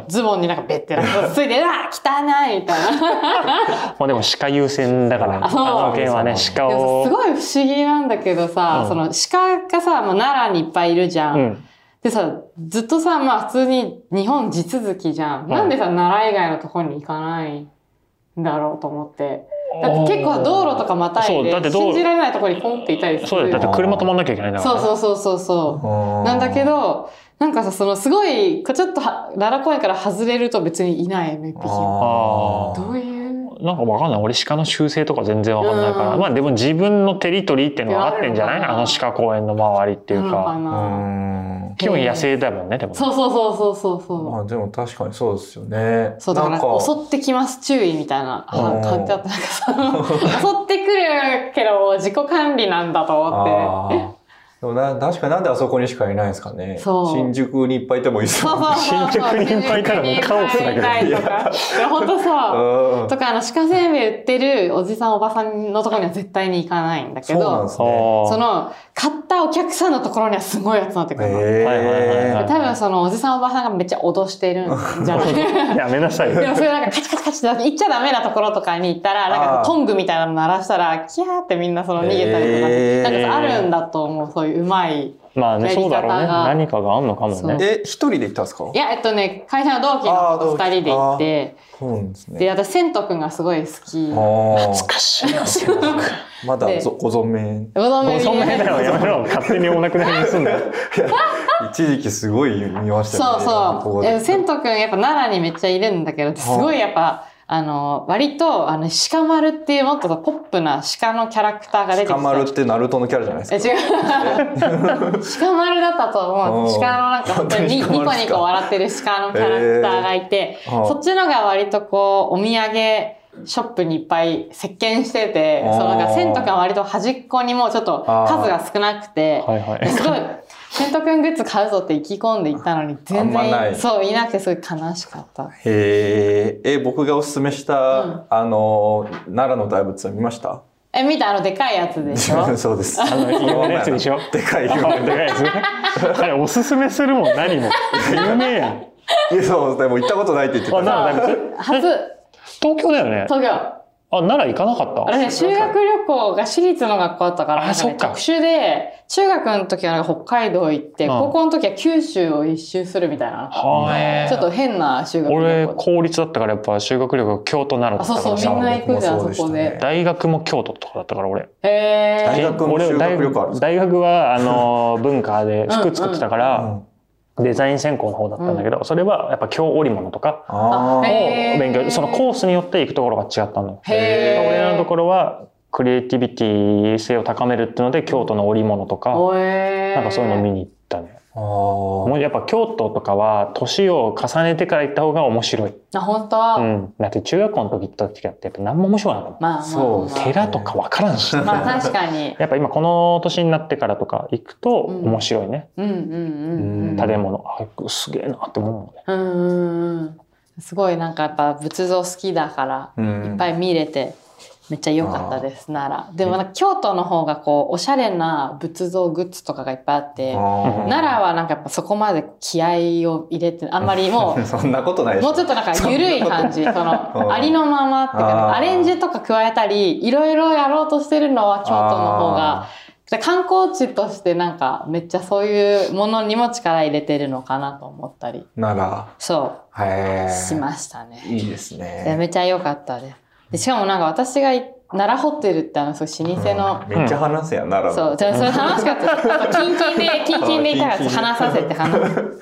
[SPEAKER 2] ズボンになんかベッてなんかついて「うわ汚い!」みたいな
[SPEAKER 1] まあでも鹿優先だから、
[SPEAKER 2] あそう
[SPEAKER 1] あの件はね、鹿
[SPEAKER 2] でも
[SPEAKER 1] を。
[SPEAKER 2] すごい不思議なんだけどさ、
[SPEAKER 1] うん
[SPEAKER 2] その鹿がさもう奈良にいっぱいいるじゃん、
[SPEAKER 1] うん。
[SPEAKER 2] でさずっとさまあ普通に日本地続きじゃん、
[SPEAKER 1] ん
[SPEAKER 2] なんでさ奈良以外のところに行かないんだろうと思ってだって結構道路とかまたい
[SPEAKER 1] そうだって
[SPEAKER 2] で
[SPEAKER 1] 道路
[SPEAKER 2] 信じられないところにポンっていたりする
[SPEAKER 1] そうだよ。だって車止まんなきゃいけないんだから
[SPEAKER 2] そう
[SPEAKER 1] ね。
[SPEAKER 2] そうそうそうそうなんだけ、ど、なんかさ、そのすごい、こうちょっとは奈良公園から外れると別にいない、目っぴきが。
[SPEAKER 1] あ
[SPEAKER 2] どういう
[SPEAKER 1] なんかわかんない。俺鹿の習性とか全然わかんないから。
[SPEAKER 2] うん
[SPEAKER 1] まあでも自分のテリトリーっていうのはあってんじゃない
[SPEAKER 2] いやある
[SPEAKER 1] あ
[SPEAKER 2] のかな
[SPEAKER 1] の鹿公園の周りってい
[SPEAKER 2] な
[SPEAKER 1] う
[SPEAKER 2] のか
[SPEAKER 1] か。
[SPEAKER 3] う
[SPEAKER 2] な。
[SPEAKER 3] ん。
[SPEAKER 1] 基本野生だもんね、でもね。
[SPEAKER 2] そうそうそうそうそうそ
[SPEAKER 3] まあでも確かにそうですよね。
[SPEAKER 2] う。そうだから
[SPEAKER 3] なん
[SPEAKER 2] 襲ってきます注意みたいな
[SPEAKER 3] うん
[SPEAKER 2] は感じだったなんかその襲ってくるけど自己管理なんだと思っ
[SPEAKER 3] あーでもな確かになんであそこにしかいないんですかね。
[SPEAKER 2] そう
[SPEAKER 3] 新宿にいっぱいいてもいいで
[SPEAKER 2] て
[SPEAKER 3] す
[SPEAKER 2] そう
[SPEAKER 3] もんね。
[SPEAKER 2] そうそうそう
[SPEAKER 1] 新宿にいっぱいいたらもうカオスだ
[SPEAKER 2] 新宿にい
[SPEAKER 1] けど
[SPEAKER 2] っぱいいたりとかいやほんとさ
[SPEAKER 3] うん
[SPEAKER 2] とかあの鹿せんべい売ってるおじさんおばさんのとこには絶対に行かないんだけ
[SPEAKER 3] そう
[SPEAKER 2] ど
[SPEAKER 3] なんですね。
[SPEAKER 1] あー
[SPEAKER 2] その買ったお客さんのところにはすごい集まってくるの。
[SPEAKER 3] え
[SPEAKER 1] はいはいはいはい
[SPEAKER 2] で多分そのおじさんおばさんがめっちゃ脅してるんじゃないで
[SPEAKER 1] やめな さいよ。
[SPEAKER 2] もそれなんかカチカチカチって行っちゃダメなところとかに行ったらなん
[SPEAKER 3] あ
[SPEAKER 2] か
[SPEAKER 3] ー
[SPEAKER 2] トングみたいなの鳴らしたらキャーってみんなその逃げたりとか
[SPEAKER 3] へー
[SPEAKER 2] なんかさあるんだと思うそういううまい。
[SPEAKER 1] まあね、
[SPEAKER 2] やり方
[SPEAKER 1] そうだろうね。
[SPEAKER 2] が
[SPEAKER 1] 何かがあんのかも
[SPEAKER 2] そう
[SPEAKER 1] ね。
[SPEAKER 3] え、一人で行ったんですか
[SPEAKER 2] いやえっとね会社の同期
[SPEAKER 3] あー
[SPEAKER 2] の
[SPEAKER 3] 同
[SPEAKER 2] お
[SPEAKER 3] 期
[SPEAKER 2] 二人で行って
[SPEAKER 3] そうなんですね。
[SPEAKER 2] で私千斗くんがすごい好き。
[SPEAKER 3] 懐
[SPEAKER 1] 懐かしい。
[SPEAKER 3] まだ
[SPEAKER 2] で
[SPEAKER 3] ぞご存命。
[SPEAKER 2] ご存
[SPEAKER 1] もうそんな変
[SPEAKER 2] ね
[SPEAKER 1] なのやめろ。勝手にお亡くなりにすんだよ。
[SPEAKER 3] 一時期すごい見ましたよ
[SPEAKER 2] そ
[SPEAKER 3] ね。
[SPEAKER 2] う
[SPEAKER 3] こ
[SPEAKER 2] そう。
[SPEAKER 3] で
[SPEAKER 2] え千斗くんやっぱ奈良にめっちゃいるんだけど、すごいやっぱ、あの、割と、あの、鹿丸っていうもっとポップな鹿のキャラクターが出てきて。
[SPEAKER 3] 捕まるってナルトのキャラじゃないです
[SPEAKER 2] え、
[SPEAKER 3] か。
[SPEAKER 2] 違う。鹿丸だったと思
[SPEAKER 3] う
[SPEAKER 2] う。鹿
[SPEAKER 3] ん
[SPEAKER 2] のなんか本当にニ
[SPEAKER 3] 本当に
[SPEAKER 2] ニ
[SPEAKER 3] 鹿丸
[SPEAKER 2] コ
[SPEAKER 3] っすか
[SPEAKER 2] ニコ笑ってる鹿のキャラクターがいて、
[SPEAKER 3] えーはい
[SPEAKER 2] そっちのが割とこう、お土産、ショップにいっぱい石鹸してて、
[SPEAKER 3] あー
[SPEAKER 2] そのなんか、千とか割と端っこにもうちょっと数が少なくて、
[SPEAKER 1] はいはい。
[SPEAKER 2] すごい、セント君グッズ買うぞって意気込んでいったのに、全
[SPEAKER 3] あんまない
[SPEAKER 2] 然、そう、いなくてすごい悲しかった。
[SPEAKER 3] へえ。え、僕がおすすめした、
[SPEAKER 2] うん
[SPEAKER 3] あの、奈良の大仏は見ました
[SPEAKER 2] え、見たあの、でかいやつでしょ
[SPEAKER 3] そうです。
[SPEAKER 1] あ の、有名なやつでしょ。
[SPEAKER 3] でかい
[SPEAKER 1] あ
[SPEAKER 3] 有
[SPEAKER 1] で
[SPEAKER 3] 名な
[SPEAKER 1] かいですね。あれ、おすすめするもん、何も。有名やん。
[SPEAKER 3] いや、そう、でも行ったことないって言って
[SPEAKER 1] あ、
[SPEAKER 3] た。
[SPEAKER 1] 奈良だいぶ
[SPEAKER 2] 初、
[SPEAKER 1] 東京だよね。
[SPEAKER 2] 東京。
[SPEAKER 1] あ、奈良行かなかっ
[SPEAKER 2] あ
[SPEAKER 1] た
[SPEAKER 2] れね、修学旅行が私立の学校だったから、
[SPEAKER 1] あ
[SPEAKER 2] なんかね
[SPEAKER 1] そっか
[SPEAKER 2] 特殊で、中学の時はなんか北海道行って、
[SPEAKER 1] うん
[SPEAKER 2] 高校の時は九州を一周するみたいな、
[SPEAKER 1] はえ
[SPEAKER 2] ちょっと変な修学
[SPEAKER 1] 俺
[SPEAKER 2] 旅行。
[SPEAKER 1] 公立だったからやっぱ修学旅行京都奈良
[SPEAKER 2] あ、
[SPEAKER 1] だっ
[SPEAKER 2] そう
[SPEAKER 1] たか
[SPEAKER 2] そう、みん
[SPEAKER 1] らさ
[SPEAKER 2] な行くじゃん、そ
[SPEAKER 3] 僕もそうでしたね
[SPEAKER 2] こで。
[SPEAKER 1] 大学も京都とかだったから俺
[SPEAKER 2] へ
[SPEAKER 3] 大
[SPEAKER 2] ー。
[SPEAKER 3] 学も
[SPEAKER 1] 俺
[SPEAKER 3] 修学旅行ある
[SPEAKER 1] 大大学はあの文化で服作ってたか
[SPEAKER 3] う
[SPEAKER 1] ら
[SPEAKER 3] ん
[SPEAKER 1] デザイン専攻の方だったんだけどそれはやっぱ京織物とか
[SPEAKER 3] あ
[SPEAKER 2] あ
[SPEAKER 1] を
[SPEAKER 2] へ
[SPEAKER 3] ー
[SPEAKER 2] ー
[SPEAKER 1] 勉強そのコースによって行くところが違ったのよ
[SPEAKER 2] へー。
[SPEAKER 1] 俺らのところはクリエイティビティ性を高めるっていうので京都の織物とか
[SPEAKER 2] おえー。
[SPEAKER 1] なんかそういうの見に行ったね
[SPEAKER 3] あー。
[SPEAKER 1] もうやっぱ京都とかは年を重ねてから行った方が面白い
[SPEAKER 2] あ、本当
[SPEAKER 1] うん、だって中学校の時行った時だってやっぱ何も面白くなかっ
[SPEAKER 2] まあまあまあ、
[SPEAKER 3] そう
[SPEAKER 1] た寺とかわからんし、
[SPEAKER 2] まあ確かに。
[SPEAKER 1] やっぱ今この年になってからとか行くと
[SPEAKER 2] うん
[SPEAKER 1] 面白いね、
[SPEAKER 2] うんうんうんうん。
[SPEAKER 1] 食べ物あすげえなって思うもんね
[SPEAKER 2] うんうんうん。すごいなんかやっぱ仏像好きだから、
[SPEAKER 3] うん
[SPEAKER 2] いっぱい見れて、めっちゃ良かったです、奈良。でもなんか京都の方がこう、おしゃれな仏像グッズとかがいっぱいあって、
[SPEAKER 3] あー
[SPEAKER 2] 奈良はなんかやっぱそこまで気合を入れて、あんまりもう、
[SPEAKER 3] そんなことないでし
[SPEAKER 2] も
[SPEAKER 3] ょ
[SPEAKER 2] うちょっとなんか緩い感 じ、そ
[SPEAKER 3] うん
[SPEAKER 2] の、ありのままっていう
[SPEAKER 3] あ
[SPEAKER 2] か、
[SPEAKER 3] ー
[SPEAKER 2] アレンジとか加えたり、いろいろやろうとしてるのは京都の方が、で観光地としてなんかめっちゃそういうものにも力入れてるのかなと思ったり
[SPEAKER 3] 奈
[SPEAKER 2] そ
[SPEAKER 3] 良。へ
[SPEAKER 2] う
[SPEAKER 3] え。
[SPEAKER 2] しましたね、
[SPEAKER 3] いいです
[SPEAKER 2] で
[SPEAKER 3] ね。
[SPEAKER 2] めちゃ良かったですでしかもなんか私がい奈良ホテルってあのそう老舗の、
[SPEAKER 3] めっちゃ話せやん、奈良
[SPEAKER 2] そ
[SPEAKER 3] の。
[SPEAKER 2] うじゃあそれ楽しかったですあとキンキン でキンキンでいたから
[SPEAKER 3] キンキンで
[SPEAKER 2] 話させて話す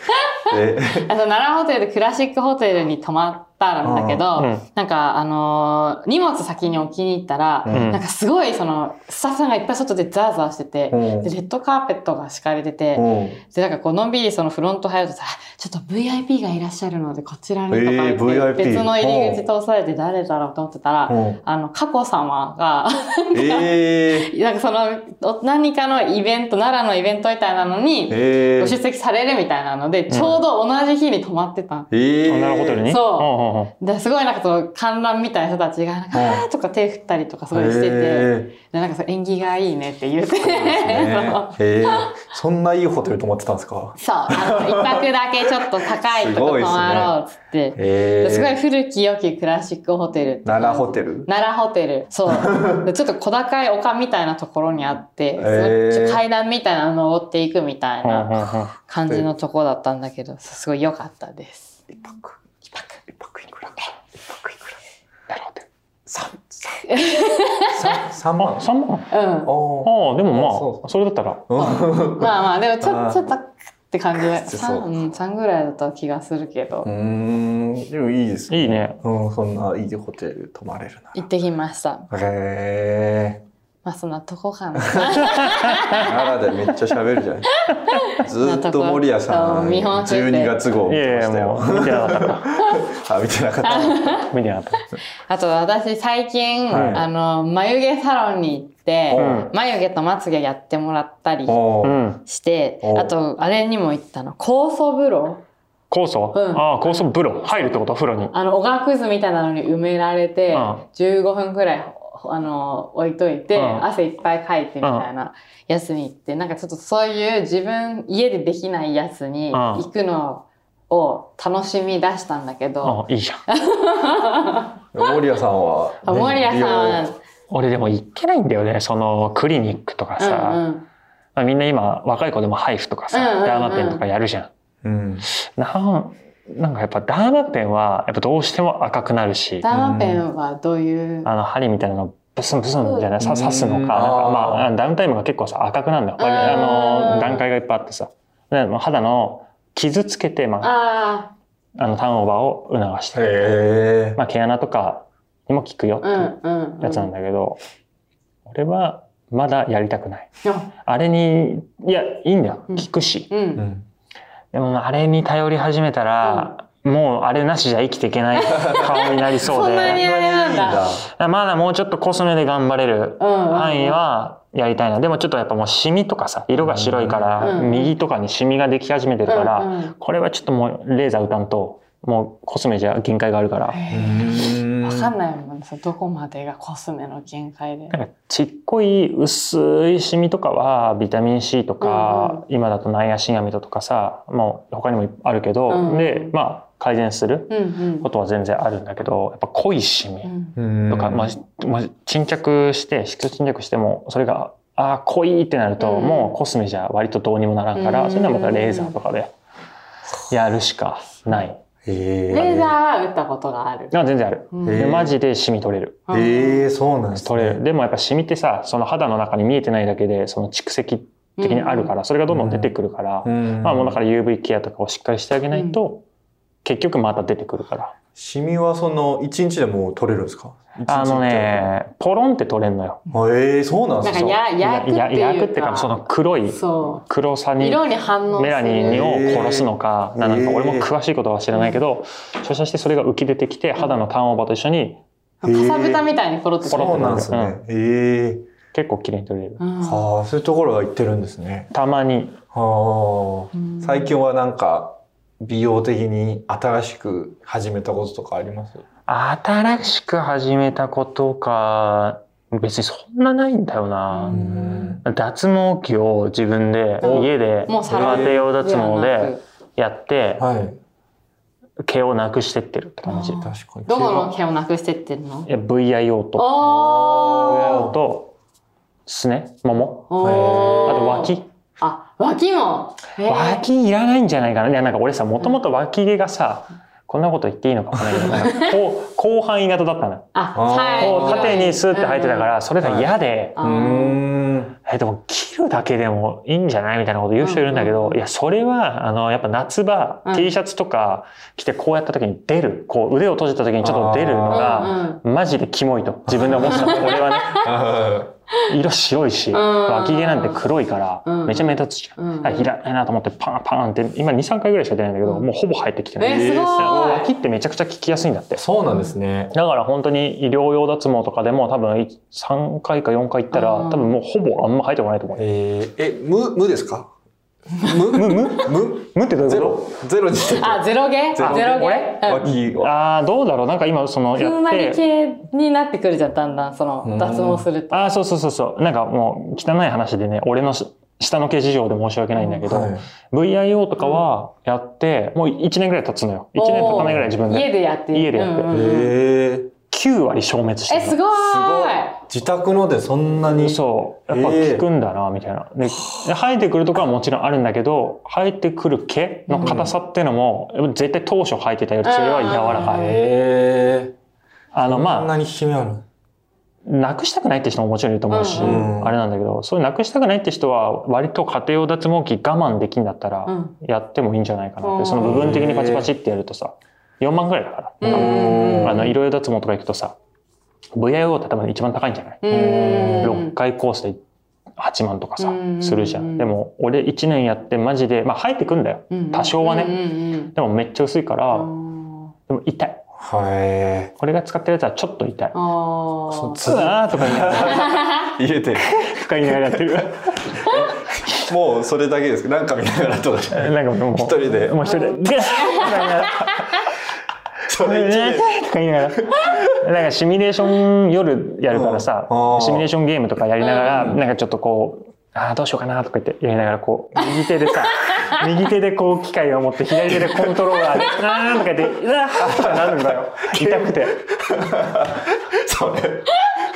[SPEAKER 3] え
[SPEAKER 2] あと奈良ホテルでクラシックホテルに泊まっったんだけど、
[SPEAKER 1] うん
[SPEAKER 2] なんかあのー荷物先に置きに行ったら、
[SPEAKER 1] ん
[SPEAKER 2] なんかすごいそのスタッフさんがいっぱい外でザーザーしてて、
[SPEAKER 3] うん
[SPEAKER 2] でレッドカーペットが敷かれてて、
[SPEAKER 3] うん
[SPEAKER 2] でなんかこうのんびりそのフロント入るとさ「ちょっと VIP がいらっしゃるのでこちらに」とか言って、
[SPEAKER 3] えー VIP
[SPEAKER 2] 別の入り口通されて誰だろうと思ってたら、
[SPEAKER 3] うん
[SPEAKER 2] あの佳子様が
[SPEAKER 3] えー
[SPEAKER 2] なんかそのお何かのイベント奈良のイベントみたいなのに
[SPEAKER 3] え
[SPEAKER 2] ご
[SPEAKER 3] ー
[SPEAKER 2] 出席されるみたいなので、ちょうど同じ日に泊まってたの
[SPEAKER 3] えー
[SPEAKER 1] なるほど ね。
[SPEAKER 2] そ
[SPEAKER 1] うんうんうん
[SPEAKER 2] ですごいなんかその観覧みたいな人たちがなんか
[SPEAKER 3] う
[SPEAKER 2] 「
[SPEAKER 3] ん
[SPEAKER 2] あー」とか手振ったりとかすごいしてて、
[SPEAKER 3] え
[SPEAKER 2] でなんかその縁起がいいねって言って。
[SPEAKER 3] ー
[SPEAKER 2] そう
[SPEAKER 3] ねえーそんないいホテル泊まってたんですか
[SPEAKER 2] そう、あの、一泊だけちょっと高いとこ泊まろうっつって。
[SPEAKER 3] えー
[SPEAKER 2] すごい古き良きクラシックホテル。
[SPEAKER 3] 奈良ホテル
[SPEAKER 2] 奈良ホテル。 そう。でちょっと小高い丘みたいなところにあって、
[SPEAKER 3] えー
[SPEAKER 2] その階段みたいなの登っていくみたい
[SPEAKER 1] うんうん
[SPEAKER 2] な
[SPEAKER 1] うん
[SPEAKER 2] 感じのとこだったんだけど、すごい良かったです。
[SPEAKER 3] 一泊一泊一泊いくら一泊いくら奈良ホテル三三三三万
[SPEAKER 1] あ、3万
[SPEAKER 2] うん。ま
[SPEAKER 3] おー
[SPEAKER 1] ああ、でも
[SPEAKER 3] そ
[SPEAKER 1] まあ、それだったら。
[SPEAKER 2] あまあ、でもち
[SPEAKER 3] あ
[SPEAKER 2] ょ
[SPEAKER 3] ー
[SPEAKER 2] ちょっとって感じで、
[SPEAKER 3] そう
[SPEAKER 2] 3, うん三ぐらいだった気がするけど
[SPEAKER 3] う、ーんでもいいですね
[SPEAKER 1] いいね。
[SPEAKER 3] うんそんないいホテル泊まれるな
[SPEAKER 2] 行ってきました。
[SPEAKER 3] へえ
[SPEAKER 2] まあ、そんなとこか な。
[SPEAKER 3] 奈良でめっちゃ喋るじゃ ないずっと森谷さん
[SPEAKER 2] 見本先生
[SPEAKER 3] 12月号
[SPEAKER 1] い
[SPEAKER 3] 見て
[SPEAKER 1] や
[SPEAKER 3] ま
[SPEAKER 1] いや、
[SPEAKER 3] した
[SPEAKER 1] も
[SPEAKER 3] よ
[SPEAKER 1] う、見てなかったか
[SPEAKER 3] あ見てなかった
[SPEAKER 1] ら。見てなかった。
[SPEAKER 2] あと私最近、
[SPEAKER 3] はい
[SPEAKER 2] あの、眉毛サロンに行って、
[SPEAKER 3] うん
[SPEAKER 2] 眉毛とまつげやってもらったり
[SPEAKER 3] お
[SPEAKER 1] う
[SPEAKER 3] ー
[SPEAKER 1] ん。
[SPEAKER 2] して
[SPEAKER 3] お、
[SPEAKER 2] あと、あれにも行ったの、酵素風呂
[SPEAKER 1] 酵素
[SPEAKER 2] うん
[SPEAKER 1] ああ、酵素風呂。入るってこと風呂に。
[SPEAKER 2] あの、おがくずみたいなのに埋められて、
[SPEAKER 1] うん
[SPEAKER 2] 15分くらい、あの、置いといて、
[SPEAKER 1] うん
[SPEAKER 2] 汗いっぱいかいてみたいなやつに行って、なんかちょっとそういう自分、家でできないやつに
[SPEAKER 1] うん
[SPEAKER 2] 行くのを楽しみ出したんだけど、
[SPEAKER 1] ああ、いいじゃん。
[SPEAKER 3] 森谷さんは
[SPEAKER 2] あ森谷さん、
[SPEAKER 1] 俺でも行けないんだよね。その、クリニックとかさ。
[SPEAKER 2] うんうん、
[SPEAKER 1] まあ、みんな今、若い子でもハイフとかさ、
[SPEAKER 2] うんうんうん
[SPEAKER 1] ダーマペンとかやるじゃ
[SPEAKER 3] う
[SPEAKER 1] ん。
[SPEAKER 3] ん
[SPEAKER 1] なんなんかやっぱダーマペンは、やっぱどうしても赤くなるし、
[SPEAKER 2] ダーマペンはどういう、
[SPEAKER 1] あの、針みたいなのブスンブスンみたいな、さ
[SPEAKER 3] うん
[SPEAKER 1] 刺すのか、なんか
[SPEAKER 3] あー
[SPEAKER 1] まああの、ダウンタイムが結構さ、赤くなるんだよ。割
[SPEAKER 2] あー
[SPEAKER 1] あの、段階がいっぱいあってさ。でもう肌の傷つけて、まあ、
[SPEAKER 2] あ
[SPEAKER 1] あの、ターンオーバーを促して。
[SPEAKER 3] へえ
[SPEAKER 1] まあ、毛穴とかにも効くよっ
[SPEAKER 2] あ、うん
[SPEAKER 1] て
[SPEAKER 2] うん、うん。
[SPEAKER 1] やつなんだけど、俺はまだやりたくない。
[SPEAKER 2] あ
[SPEAKER 1] あれに、いや、いいんだよ。
[SPEAKER 2] うん
[SPEAKER 1] 効くし。
[SPEAKER 2] うん
[SPEAKER 3] う。ん
[SPEAKER 1] でも、あれに頼り始めたら、もうあれなしじゃ生きていけ ない顔になりそう
[SPEAKER 2] そんなに
[SPEAKER 1] で、
[SPEAKER 2] あれなんだ。
[SPEAKER 1] まだもうちょっとコスメで頑張れる
[SPEAKER 2] うんうんうん
[SPEAKER 1] 範囲はやりたいな。でもちょっとやっぱもうシミとかさ、色が白いから、
[SPEAKER 2] うん
[SPEAKER 1] 右とかにシミができ始めてるか
[SPEAKER 2] うん
[SPEAKER 1] ら、
[SPEAKER 2] うん
[SPEAKER 1] これはちょっともうレーザー打たんと、もうコスメじゃ限界があるから、
[SPEAKER 3] うん
[SPEAKER 2] わかんないもんね、そうどこまでがコスメの限界で。
[SPEAKER 1] なんかちっこい薄いシミとかはビタミン C とか、今だとナイアシンアミドとかさもう他にもあるけど、
[SPEAKER 2] うん
[SPEAKER 1] でまあ改善する
[SPEAKER 2] うんうん
[SPEAKER 1] ことは全然あるんだけどやっぱ濃いシミ
[SPEAKER 2] うん。
[SPEAKER 3] うん
[SPEAKER 1] とか、まあまあ、沈着して質沈着してもそれがあー濃いってなると、
[SPEAKER 2] うん
[SPEAKER 1] もうコスメじゃ割とどうにもならんから、
[SPEAKER 2] うん
[SPEAKER 1] それならまたレーザーとかでやるしかない。
[SPEAKER 3] へえ
[SPEAKER 2] レーザーは打ったことがある。
[SPEAKER 1] あ全然ある。
[SPEAKER 2] うん
[SPEAKER 1] で
[SPEAKER 3] えー
[SPEAKER 1] マジでシミ取れる。
[SPEAKER 3] ええそうなんですね
[SPEAKER 1] 取れる。でもやっぱシミってさ、その肌の中に見えてないだけで、その蓄積的にあるから、それがどんどん出てくるから、
[SPEAKER 3] うん
[SPEAKER 1] まあもうだから UV ケアとかをしっかりしてあげないと、結局また出てくるから。
[SPEAKER 3] シミはその一日でもう取れるんですか
[SPEAKER 1] あのね、ポロンって取れんのよ。
[SPEAKER 3] あええそうな
[SPEAKER 2] な
[SPEAKER 3] んで
[SPEAKER 2] ん
[SPEAKER 3] す
[SPEAKER 2] か
[SPEAKER 3] か
[SPEAKER 2] や焼くっていうか。
[SPEAKER 1] や焼くっていうか、その黒い、
[SPEAKER 2] そ
[SPEAKER 1] 黒さ
[SPEAKER 2] う。
[SPEAKER 1] に、
[SPEAKER 2] 色に反応する。
[SPEAKER 1] メラニン
[SPEAKER 3] を
[SPEAKER 1] を殺すのか、
[SPEAKER 3] へー
[SPEAKER 1] なんか俺も詳しいことは知らないけど、照射してそれが浮き出てきて、肌のターンオーバーと一緒に
[SPEAKER 2] かさぶたみたいにポロってくる
[SPEAKER 1] ポ
[SPEAKER 3] そ
[SPEAKER 1] ロ
[SPEAKER 3] うなんですねええ
[SPEAKER 1] 結構綺麗に取れる。
[SPEAKER 2] うん
[SPEAKER 3] はあそういうところが行ってるんですね
[SPEAKER 1] たまに、
[SPEAKER 3] はあ
[SPEAKER 2] うん
[SPEAKER 3] 最近はなんか美容的に新しく始めたこととかあります
[SPEAKER 1] 新しく始めたことか、別にそんなないんだよな。
[SPEAKER 2] ん
[SPEAKER 1] 脱毛器を自分で
[SPEAKER 2] お
[SPEAKER 1] 家で
[SPEAKER 2] もうサロン
[SPEAKER 1] 家庭用脱毛
[SPEAKER 2] ではな
[SPEAKER 1] で
[SPEAKER 2] く
[SPEAKER 1] やって
[SPEAKER 3] はい
[SPEAKER 1] 毛をなくしてってるって感じ。い
[SPEAKER 2] あ
[SPEAKER 3] 確かに
[SPEAKER 2] どこの毛をなくしてってんの
[SPEAKER 1] や VIO と
[SPEAKER 2] おー
[SPEAKER 1] VIO とすね、もも、
[SPEAKER 2] お
[SPEAKER 1] あ
[SPEAKER 2] ー
[SPEAKER 1] と脇。
[SPEAKER 2] あ、脇も。へー
[SPEAKER 1] 脇いらないんじゃないかな。いやなんか俺さ、もともと脇毛がさ、こんなこと言っていいのかわかんないけどなんか、こう広範囲型だったのよ。
[SPEAKER 2] あ、
[SPEAKER 3] あ
[SPEAKER 2] はい。
[SPEAKER 3] ー
[SPEAKER 1] こう縦にスーって生えてたから、それが嫌で、
[SPEAKER 2] あ
[SPEAKER 3] う
[SPEAKER 2] ー
[SPEAKER 3] ん
[SPEAKER 1] ええ、でも切るだけでもいいんじゃないみたいなこと言う人いるんだけど、いや、それは、あの、やっぱ夏場、
[SPEAKER 2] うん
[SPEAKER 1] T シャツとか着てこうやった時に出る、こう腕を閉じた時にちょっと出るのが、マジでキモいと、自分で思ってた。俺はね、
[SPEAKER 3] あ
[SPEAKER 1] 色白いし、
[SPEAKER 2] ん
[SPEAKER 1] 脇毛なんて黒いか
[SPEAKER 2] う
[SPEAKER 1] ら、
[SPEAKER 2] ん
[SPEAKER 1] めちゃ目立つじゃ
[SPEAKER 2] うん
[SPEAKER 1] ん。あいらないなと思ってパンパンって、今2、3回ぐらいしか出ないんだけど、
[SPEAKER 2] うん
[SPEAKER 1] もうほぼ入ってきてない。
[SPEAKER 2] えすごい
[SPEAKER 1] 脇ってめちゃくちゃ効きやすいんだって
[SPEAKER 3] ー。 そうなんですね。
[SPEAKER 1] だから本当に医療用脱毛とかでも多分い3回か4回行ったら
[SPEAKER 2] あー
[SPEAKER 1] 多分もうほぼあんま入ってこないと思う。
[SPEAKER 3] えー、え、無、無ですか無無無
[SPEAKER 1] 無ってどういう
[SPEAKER 3] ゼ
[SPEAKER 1] こ
[SPEAKER 3] ロゼロにして
[SPEAKER 2] あ、ゼロゲー
[SPEAKER 3] ゼロゲ
[SPEAKER 2] ゼ
[SPEAKER 3] ー
[SPEAKER 2] ロゲーうん
[SPEAKER 3] 脇
[SPEAKER 1] と
[SPEAKER 3] は。
[SPEAKER 1] ああ、どうだろうなんか今そのや
[SPEAKER 2] ふんわり
[SPEAKER 1] って。
[SPEAKER 2] 系になってくるじゃん、だんだん、その、脱毛すると。
[SPEAKER 1] ああ、そうそうそうそう。なんかもう汚い話でね、俺のし下の毛事情で申し訳ないんだけど、
[SPEAKER 3] はい
[SPEAKER 1] VIO とかはやって、もう1年ぐらい経つのよ。1
[SPEAKER 2] おー
[SPEAKER 1] 年経たないぐらい自分
[SPEAKER 2] 家
[SPEAKER 1] で。
[SPEAKER 2] でやって
[SPEAKER 1] 家でやって
[SPEAKER 2] うんうんうん
[SPEAKER 3] えー、
[SPEAKER 1] 9割消滅して
[SPEAKER 2] え、
[SPEAKER 1] る。
[SPEAKER 2] すご
[SPEAKER 3] すごい
[SPEAKER 2] ーい。
[SPEAKER 3] 自宅のでそんなに。
[SPEAKER 1] そう。やっぱ
[SPEAKER 3] ええ
[SPEAKER 1] 効くんだな、みたいな。で、生えてくるとこはもちろんあるんだけど、生えてくる毛の硬さってのも、やっぱ絶対当初生えてたよりそれは柔らかい。
[SPEAKER 3] え
[SPEAKER 1] あ
[SPEAKER 3] ー、
[SPEAKER 1] の、
[SPEAKER 3] そん
[SPEAKER 1] まあ、
[SPEAKER 3] なに効き目ある。
[SPEAKER 1] なくしたくないって人ももちろんいると思うし、
[SPEAKER 3] うん
[SPEAKER 1] あれなんだけど、そういうなくしたくないって人は、割と家庭用脱毛器我慢できんだった
[SPEAKER 2] う
[SPEAKER 1] ら、
[SPEAKER 2] ん
[SPEAKER 1] やってもいいんじゃないかなっ
[SPEAKER 2] うん
[SPEAKER 1] て、その部分的にパチパチってやるとさ、4万ぐらいだか
[SPEAKER 2] うん
[SPEAKER 1] ら。
[SPEAKER 2] うんうん
[SPEAKER 1] あの、いろいろ脱毛とか行くとさ、VIO って多分一番高いんじゃない
[SPEAKER 2] うん
[SPEAKER 1] 6回コースで8万とかさ
[SPEAKER 2] うん
[SPEAKER 1] するじゃんでも俺1年やってマジでまあ生えてくんだよ
[SPEAKER 2] うん
[SPEAKER 1] 多少はね
[SPEAKER 2] うんうん
[SPEAKER 1] でもめっちゃ薄いから
[SPEAKER 2] うんうん
[SPEAKER 1] でも痛い
[SPEAKER 3] はい。
[SPEAKER 1] 俺が使ってるやつはちょっと痛い
[SPEAKER 2] あ
[SPEAKER 3] そう
[SPEAKER 2] ー
[SPEAKER 1] そうだなーとか言いながら
[SPEAKER 3] 家で。
[SPEAKER 1] とか言いながらやってる
[SPEAKER 3] もうそれだけです。なんか見ながらとかじゃない
[SPEAKER 1] なんかもう
[SPEAKER 3] 一人で
[SPEAKER 1] もう一人で「グッ!」とか言いながら
[SPEAKER 3] そ
[SPEAKER 1] 「グ
[SPEAKER 3] れ一
[SPEAKER 1] ッ
[SPEAKER 3] 年。
[SPEAKER 1] とか言いながらなんかシミュレーション夜やるからさ
[SPEAKER 3] うんあー
[SPEAKER 1] シミュレーションゲームとかやりながら
[SPEAKER 3] うん
[SPEAKER 1] なんかちょっとこうあーどうしようかなとか言ってやりながらこう右手で さ右手でこう機械を持って左手でコントローラーで「あー」とか言って「うわー」とかなるんだよ痛くて
[SPEAKER 3] それ。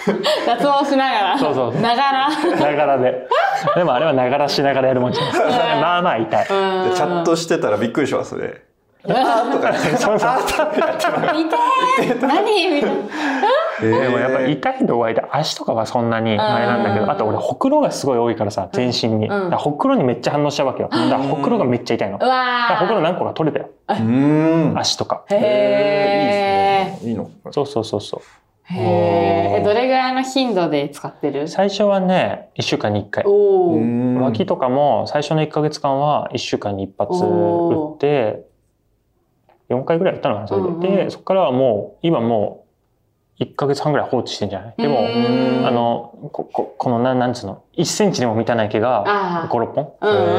[SPEAKER 2] 脱毛しながら。
[SPEAKER 1] そうそうそ う
[SPEAKER 2] ながら。
[SPEAKER 1] ながらででもあれはながらしながらやるもんじゃないまあまあ痛 い
[SPEAKER 3] チャットしてたらびっくりしますね。
[SPEAKER 1] そうそう
[SPEAKER 2] 痛い何みたいな。
[SPEAKER 3] でも
[SPEAKER 1] でもやっぱ痛い度合いで足とかはそんなにあれなんだけ
[SPEAKER 2] うん
[SPEAKER 1] どあと俺ほくろがすごい多いからさ全身にだからほくろにめっちゃ反応しちゃうわけよだからほくろがめっちゃ痛いの
[SPEAKER 2] う
[SPEAKER 1] だか
[SPEAKER 2] わ
[SPEAKER 1] ら
[SPEAKER 2] ー。
[SPEAKER 1] ほくろ何個か取れたよ
[SPEAKER 3] うーん。
[SPEAKER 1] 足とか
[SPEAKER 2] へえ。
[SPEAKER 3] いいの。
[SPEAKER 1] そうそうそうそう
[SPEAKER 2] へえ。どれぐらいの頻度で使ってる
[SPEAKER 1] 最初はね1週間に1回
[SPEAKER 2] お
[SPEAKER 3] う
[SPEAKER 2] ー。
[SPEAKER 3] ん
[SPEAKER 1] 脇とかも最初の1ヶ月間は1週間に1発打って4回ぐらいやったのかなそれで、
[SPEAKER 2] うんうん
[SPEAKER 1] でそこからはもう今もう1ヶ月半ぐらい放置してんじゃないでも
[SPEAKER 2] うん
[SPEAKER 1] あのこここのななんつうの1センチにも満たない毛が
[SPEAKER 2] あー
[SPEAKER 1] 56本
[SPEAKER 2] うんうん
[SPEAKER 3] へ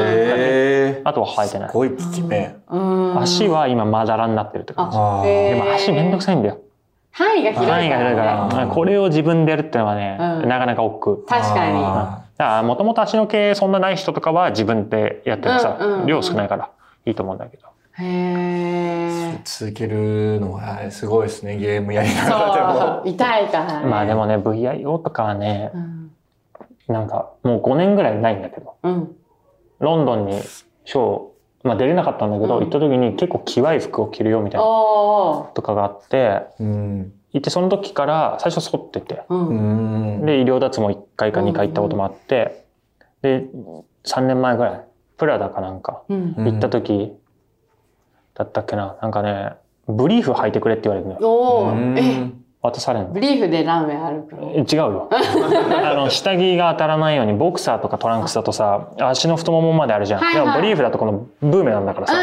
[SPEAKER 3] え。
[SPEAKER 1] あとは生えてない
[SPEAKER 3] すごい効き目。
[SPEAKER 2] うん
[SPEAKER 1] 足は今まだらになってるって感じ
[SPEAKER 3] あ
[SPEAKER 2] へえ
[SPEAKER 1] でも足めんどくさいんだよ
[SPEAKER 2] 範囲が広い。
[SPEAKER 1] 範囲が広いから
[SPEAKER 3] あー
[SPEAKER 1] まあこれを自分でやるってのはね、
[SPEAKER 2] うん
[SPEAKER 1] なかなか億劫
[SPEAKER 2] 確かに。
[SPEAKER 3] あ
[SPEAKER 1] もともと足の毛そんなない人とかは自分でやってもさ、
[SPEAKER 2] うんうんうん
[SPEAKER 1] 量少ないからいいと思うんだけど
[SPEAKER 2] へえ
[SPEAKER 3] ー。続けるのははいすごいですね。ゲームやりなが
[SPEAKER 2] そ
[SPEAKER 3] ら
[SPEAKER 2] う。痛いからね。
[SPEAKER 1] まあでもね VIO とかはね
[SPEAKER 2] うん。
[SPEAKER 1] なんかもう5年ぐらいないんだけど
[SPEAKER 2] うん。
[SPEAKER 1] ロンドンにショー、まあ、出れなかったんだけど、
[SPEAKER 2] うん
[SPEAKER 1] 行った時に結構キワい服を着るよみたいな
[SPEAKER 2] おー。
[SPEAKER 1] とかがあって
[SPEAKER 3] でも。うん。
[SPEAKER 1] 行ってその時から最初剃ってて
[SPEAKER 2] うん。
[SPEAKER 3] うん。
[SPEAKER 1] で医療脱毛1回か2回行ったこともあって、で3年前ぐらいプラダかなんか
[SPEAKER 2] うん。
[SPEAKER 1] 行った時だったっけななんかねブリーフ履いてくれって言われるのよ
[SPEAKER 2] お
[SPEAKER 3] う
[SPEAKER 2] ー。
[SPEAKER 3] ん
[SPEAKER 2] え、
[SPEAKER 1] 渡されんの
[SPEAKER 2] ブリーフでランウェイ歩くの
[SPEAKER 1] え違 うよあの下着が当たらないようにボクサーとかトランクスだとさ足の太ももまであるじゃん、
[SPEAKER 2] はいはい
[SPEAKER 1] でもブリーフだとこのブーメランだから
[SPEAKER 2] うんう
[SPEAKER 1] さ、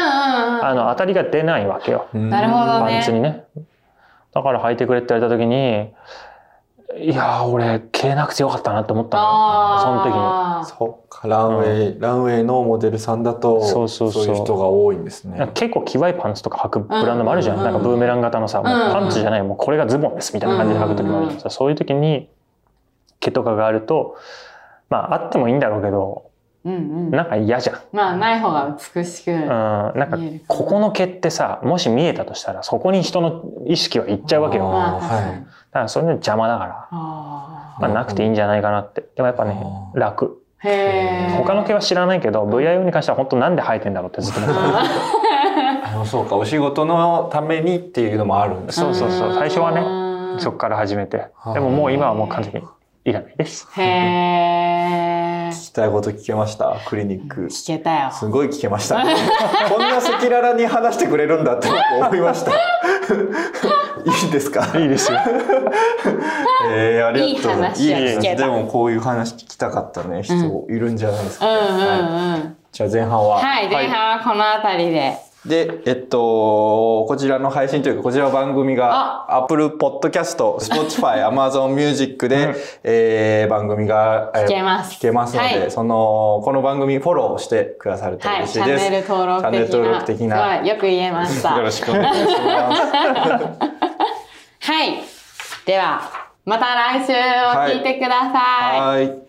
[SPEAKER 2] んうん。
[SPEAKER 1] あの当たりが出ないわけよ
[SPEAKER 3] うん
[SPEAKER 2] なるほどね
[SPEAKER 1] パンツにねだから履いてくれって言われた時にいやー俺毛なくてよかったなって思ったのよその時に
[SPEAKER 2] あー
[SPEAKER 3] そっか、ランウェイ、ランウェイのモデルさんだと、
[SPEAKER 1] そうそうそう
[SPEAKER 3] いう人が多いんです
[SPEAKER 1] なん
[SPEAKER 3] ね
[SPEAKER 1] か。結構キワいパンツとか履くブランドもあるじゃん,、
[SPEAKER 2] うんうんうん
[SPEAKER 1] なんかブーメラン型のさ、もう
[SPEAKER 2] うんうん
[SPEAKER 1] パンツじゃないもうこれがズボンですみたいな感じで履く時もあるじゃん、さそういう時に毛とかがあるとまああってもいいんだろうけど
[SPEAKER 2] うんうん。
[SPEAKER 1] なんか嫌じゃん、
[SPEAKER 2] まあ、ない方が美しく。
[SPEAKER 1] うん、なんか
[SPEAKER 2] 見えるかな
[SPEAKER 1] ここの毛ってさもし見えたとしたらそこに人の意識はいっちゃうわけよ
[SPEAKER 2] まあ、
[SPEAKER 3] あー
[SPEAKER 2] 確かに
[SPEAKER 3] はい
[SPEAKER 1] だからそれで邪魔だから、
[SPEAKER 2] あ
[SPEAKER 1] まあ、なくていいんじゃないかなってでもやっぱね
[SPEAKER 3] あー
[SPEAKER 1] 楽
[SPEAKER 2] ーへー
[SPEAKER 1] 他の毛は知らないけど VIO に関しては本当なんで生えてんだろうってずっと思ってた
[SPEAKER 3] あでもそうか、お仕事のためにっていうのもあるんですね。
[SPEAKER 1] そうそうそう最初はね
[SPEAKER 2] ね
[SPEAKER 1] そっから始めて
[SPEAKER 3] はあ
[SPEAKER 1] でももう今はもう完全にいらないです
[SPEAKER 2] へえ
[SPEAKER 3] たいこと聞けましたクリニック。
[SPEAKER 2] 聞けたよ。
[SPEAKER 3] すごい聞けました。こんな赤裸々に話してくれるんだって僕思いました。 いいですか
[SPEAKER 1] いいですよ。
[SPEAKER 3] えー、ありがとうございます。
[SPEAKER 2] いい話が聞けた
[SPEAKER 3] いいですでもこういう話聞きたかったね、人いるんじゃないです
[SPEAKER 2] うん
[SPEAKER 3] か、
[SPEAKER 2] うんうん。
[SPEAKER 3] はいじゃあ前半は。
[SPEAKER 2] はい、前半はこのあたりで。
[SPEAKER 3] で、えっと、こちらの配信というか、こちらの番組が、Apple Podcast、Spotify、Amazon Music で、
[SPEAKER 1] うん
[SPEAKER 3] えー番組が、えー
[SPEAKER 2] 聞けます
[SPEAKER 3] 聞けますので、
[SPEAKER 2] はい
[SPEAKER 3] その、この番組フォローしてくださると
[SPEAKER 2] は
[SPEAKER 3] 嬉
[SPEAKER 2] い、
[SPEAKER 3] し
[SPEAKER 2] チ
[SPEAKER 3] い
[SPEAKER 2] ャン
[SPEAKER 3] です。
[SPEAKER 2] ネル登録的な。
[SPEAKER 3] チャンネル登録的な。
[SPEAKER 2] はいよく言えました。
[SPEAKER 3] よろしくお願い します。
[SPEAKER 2] はい。では、また来週を聞いてください。
[SPEAKER 3] はい。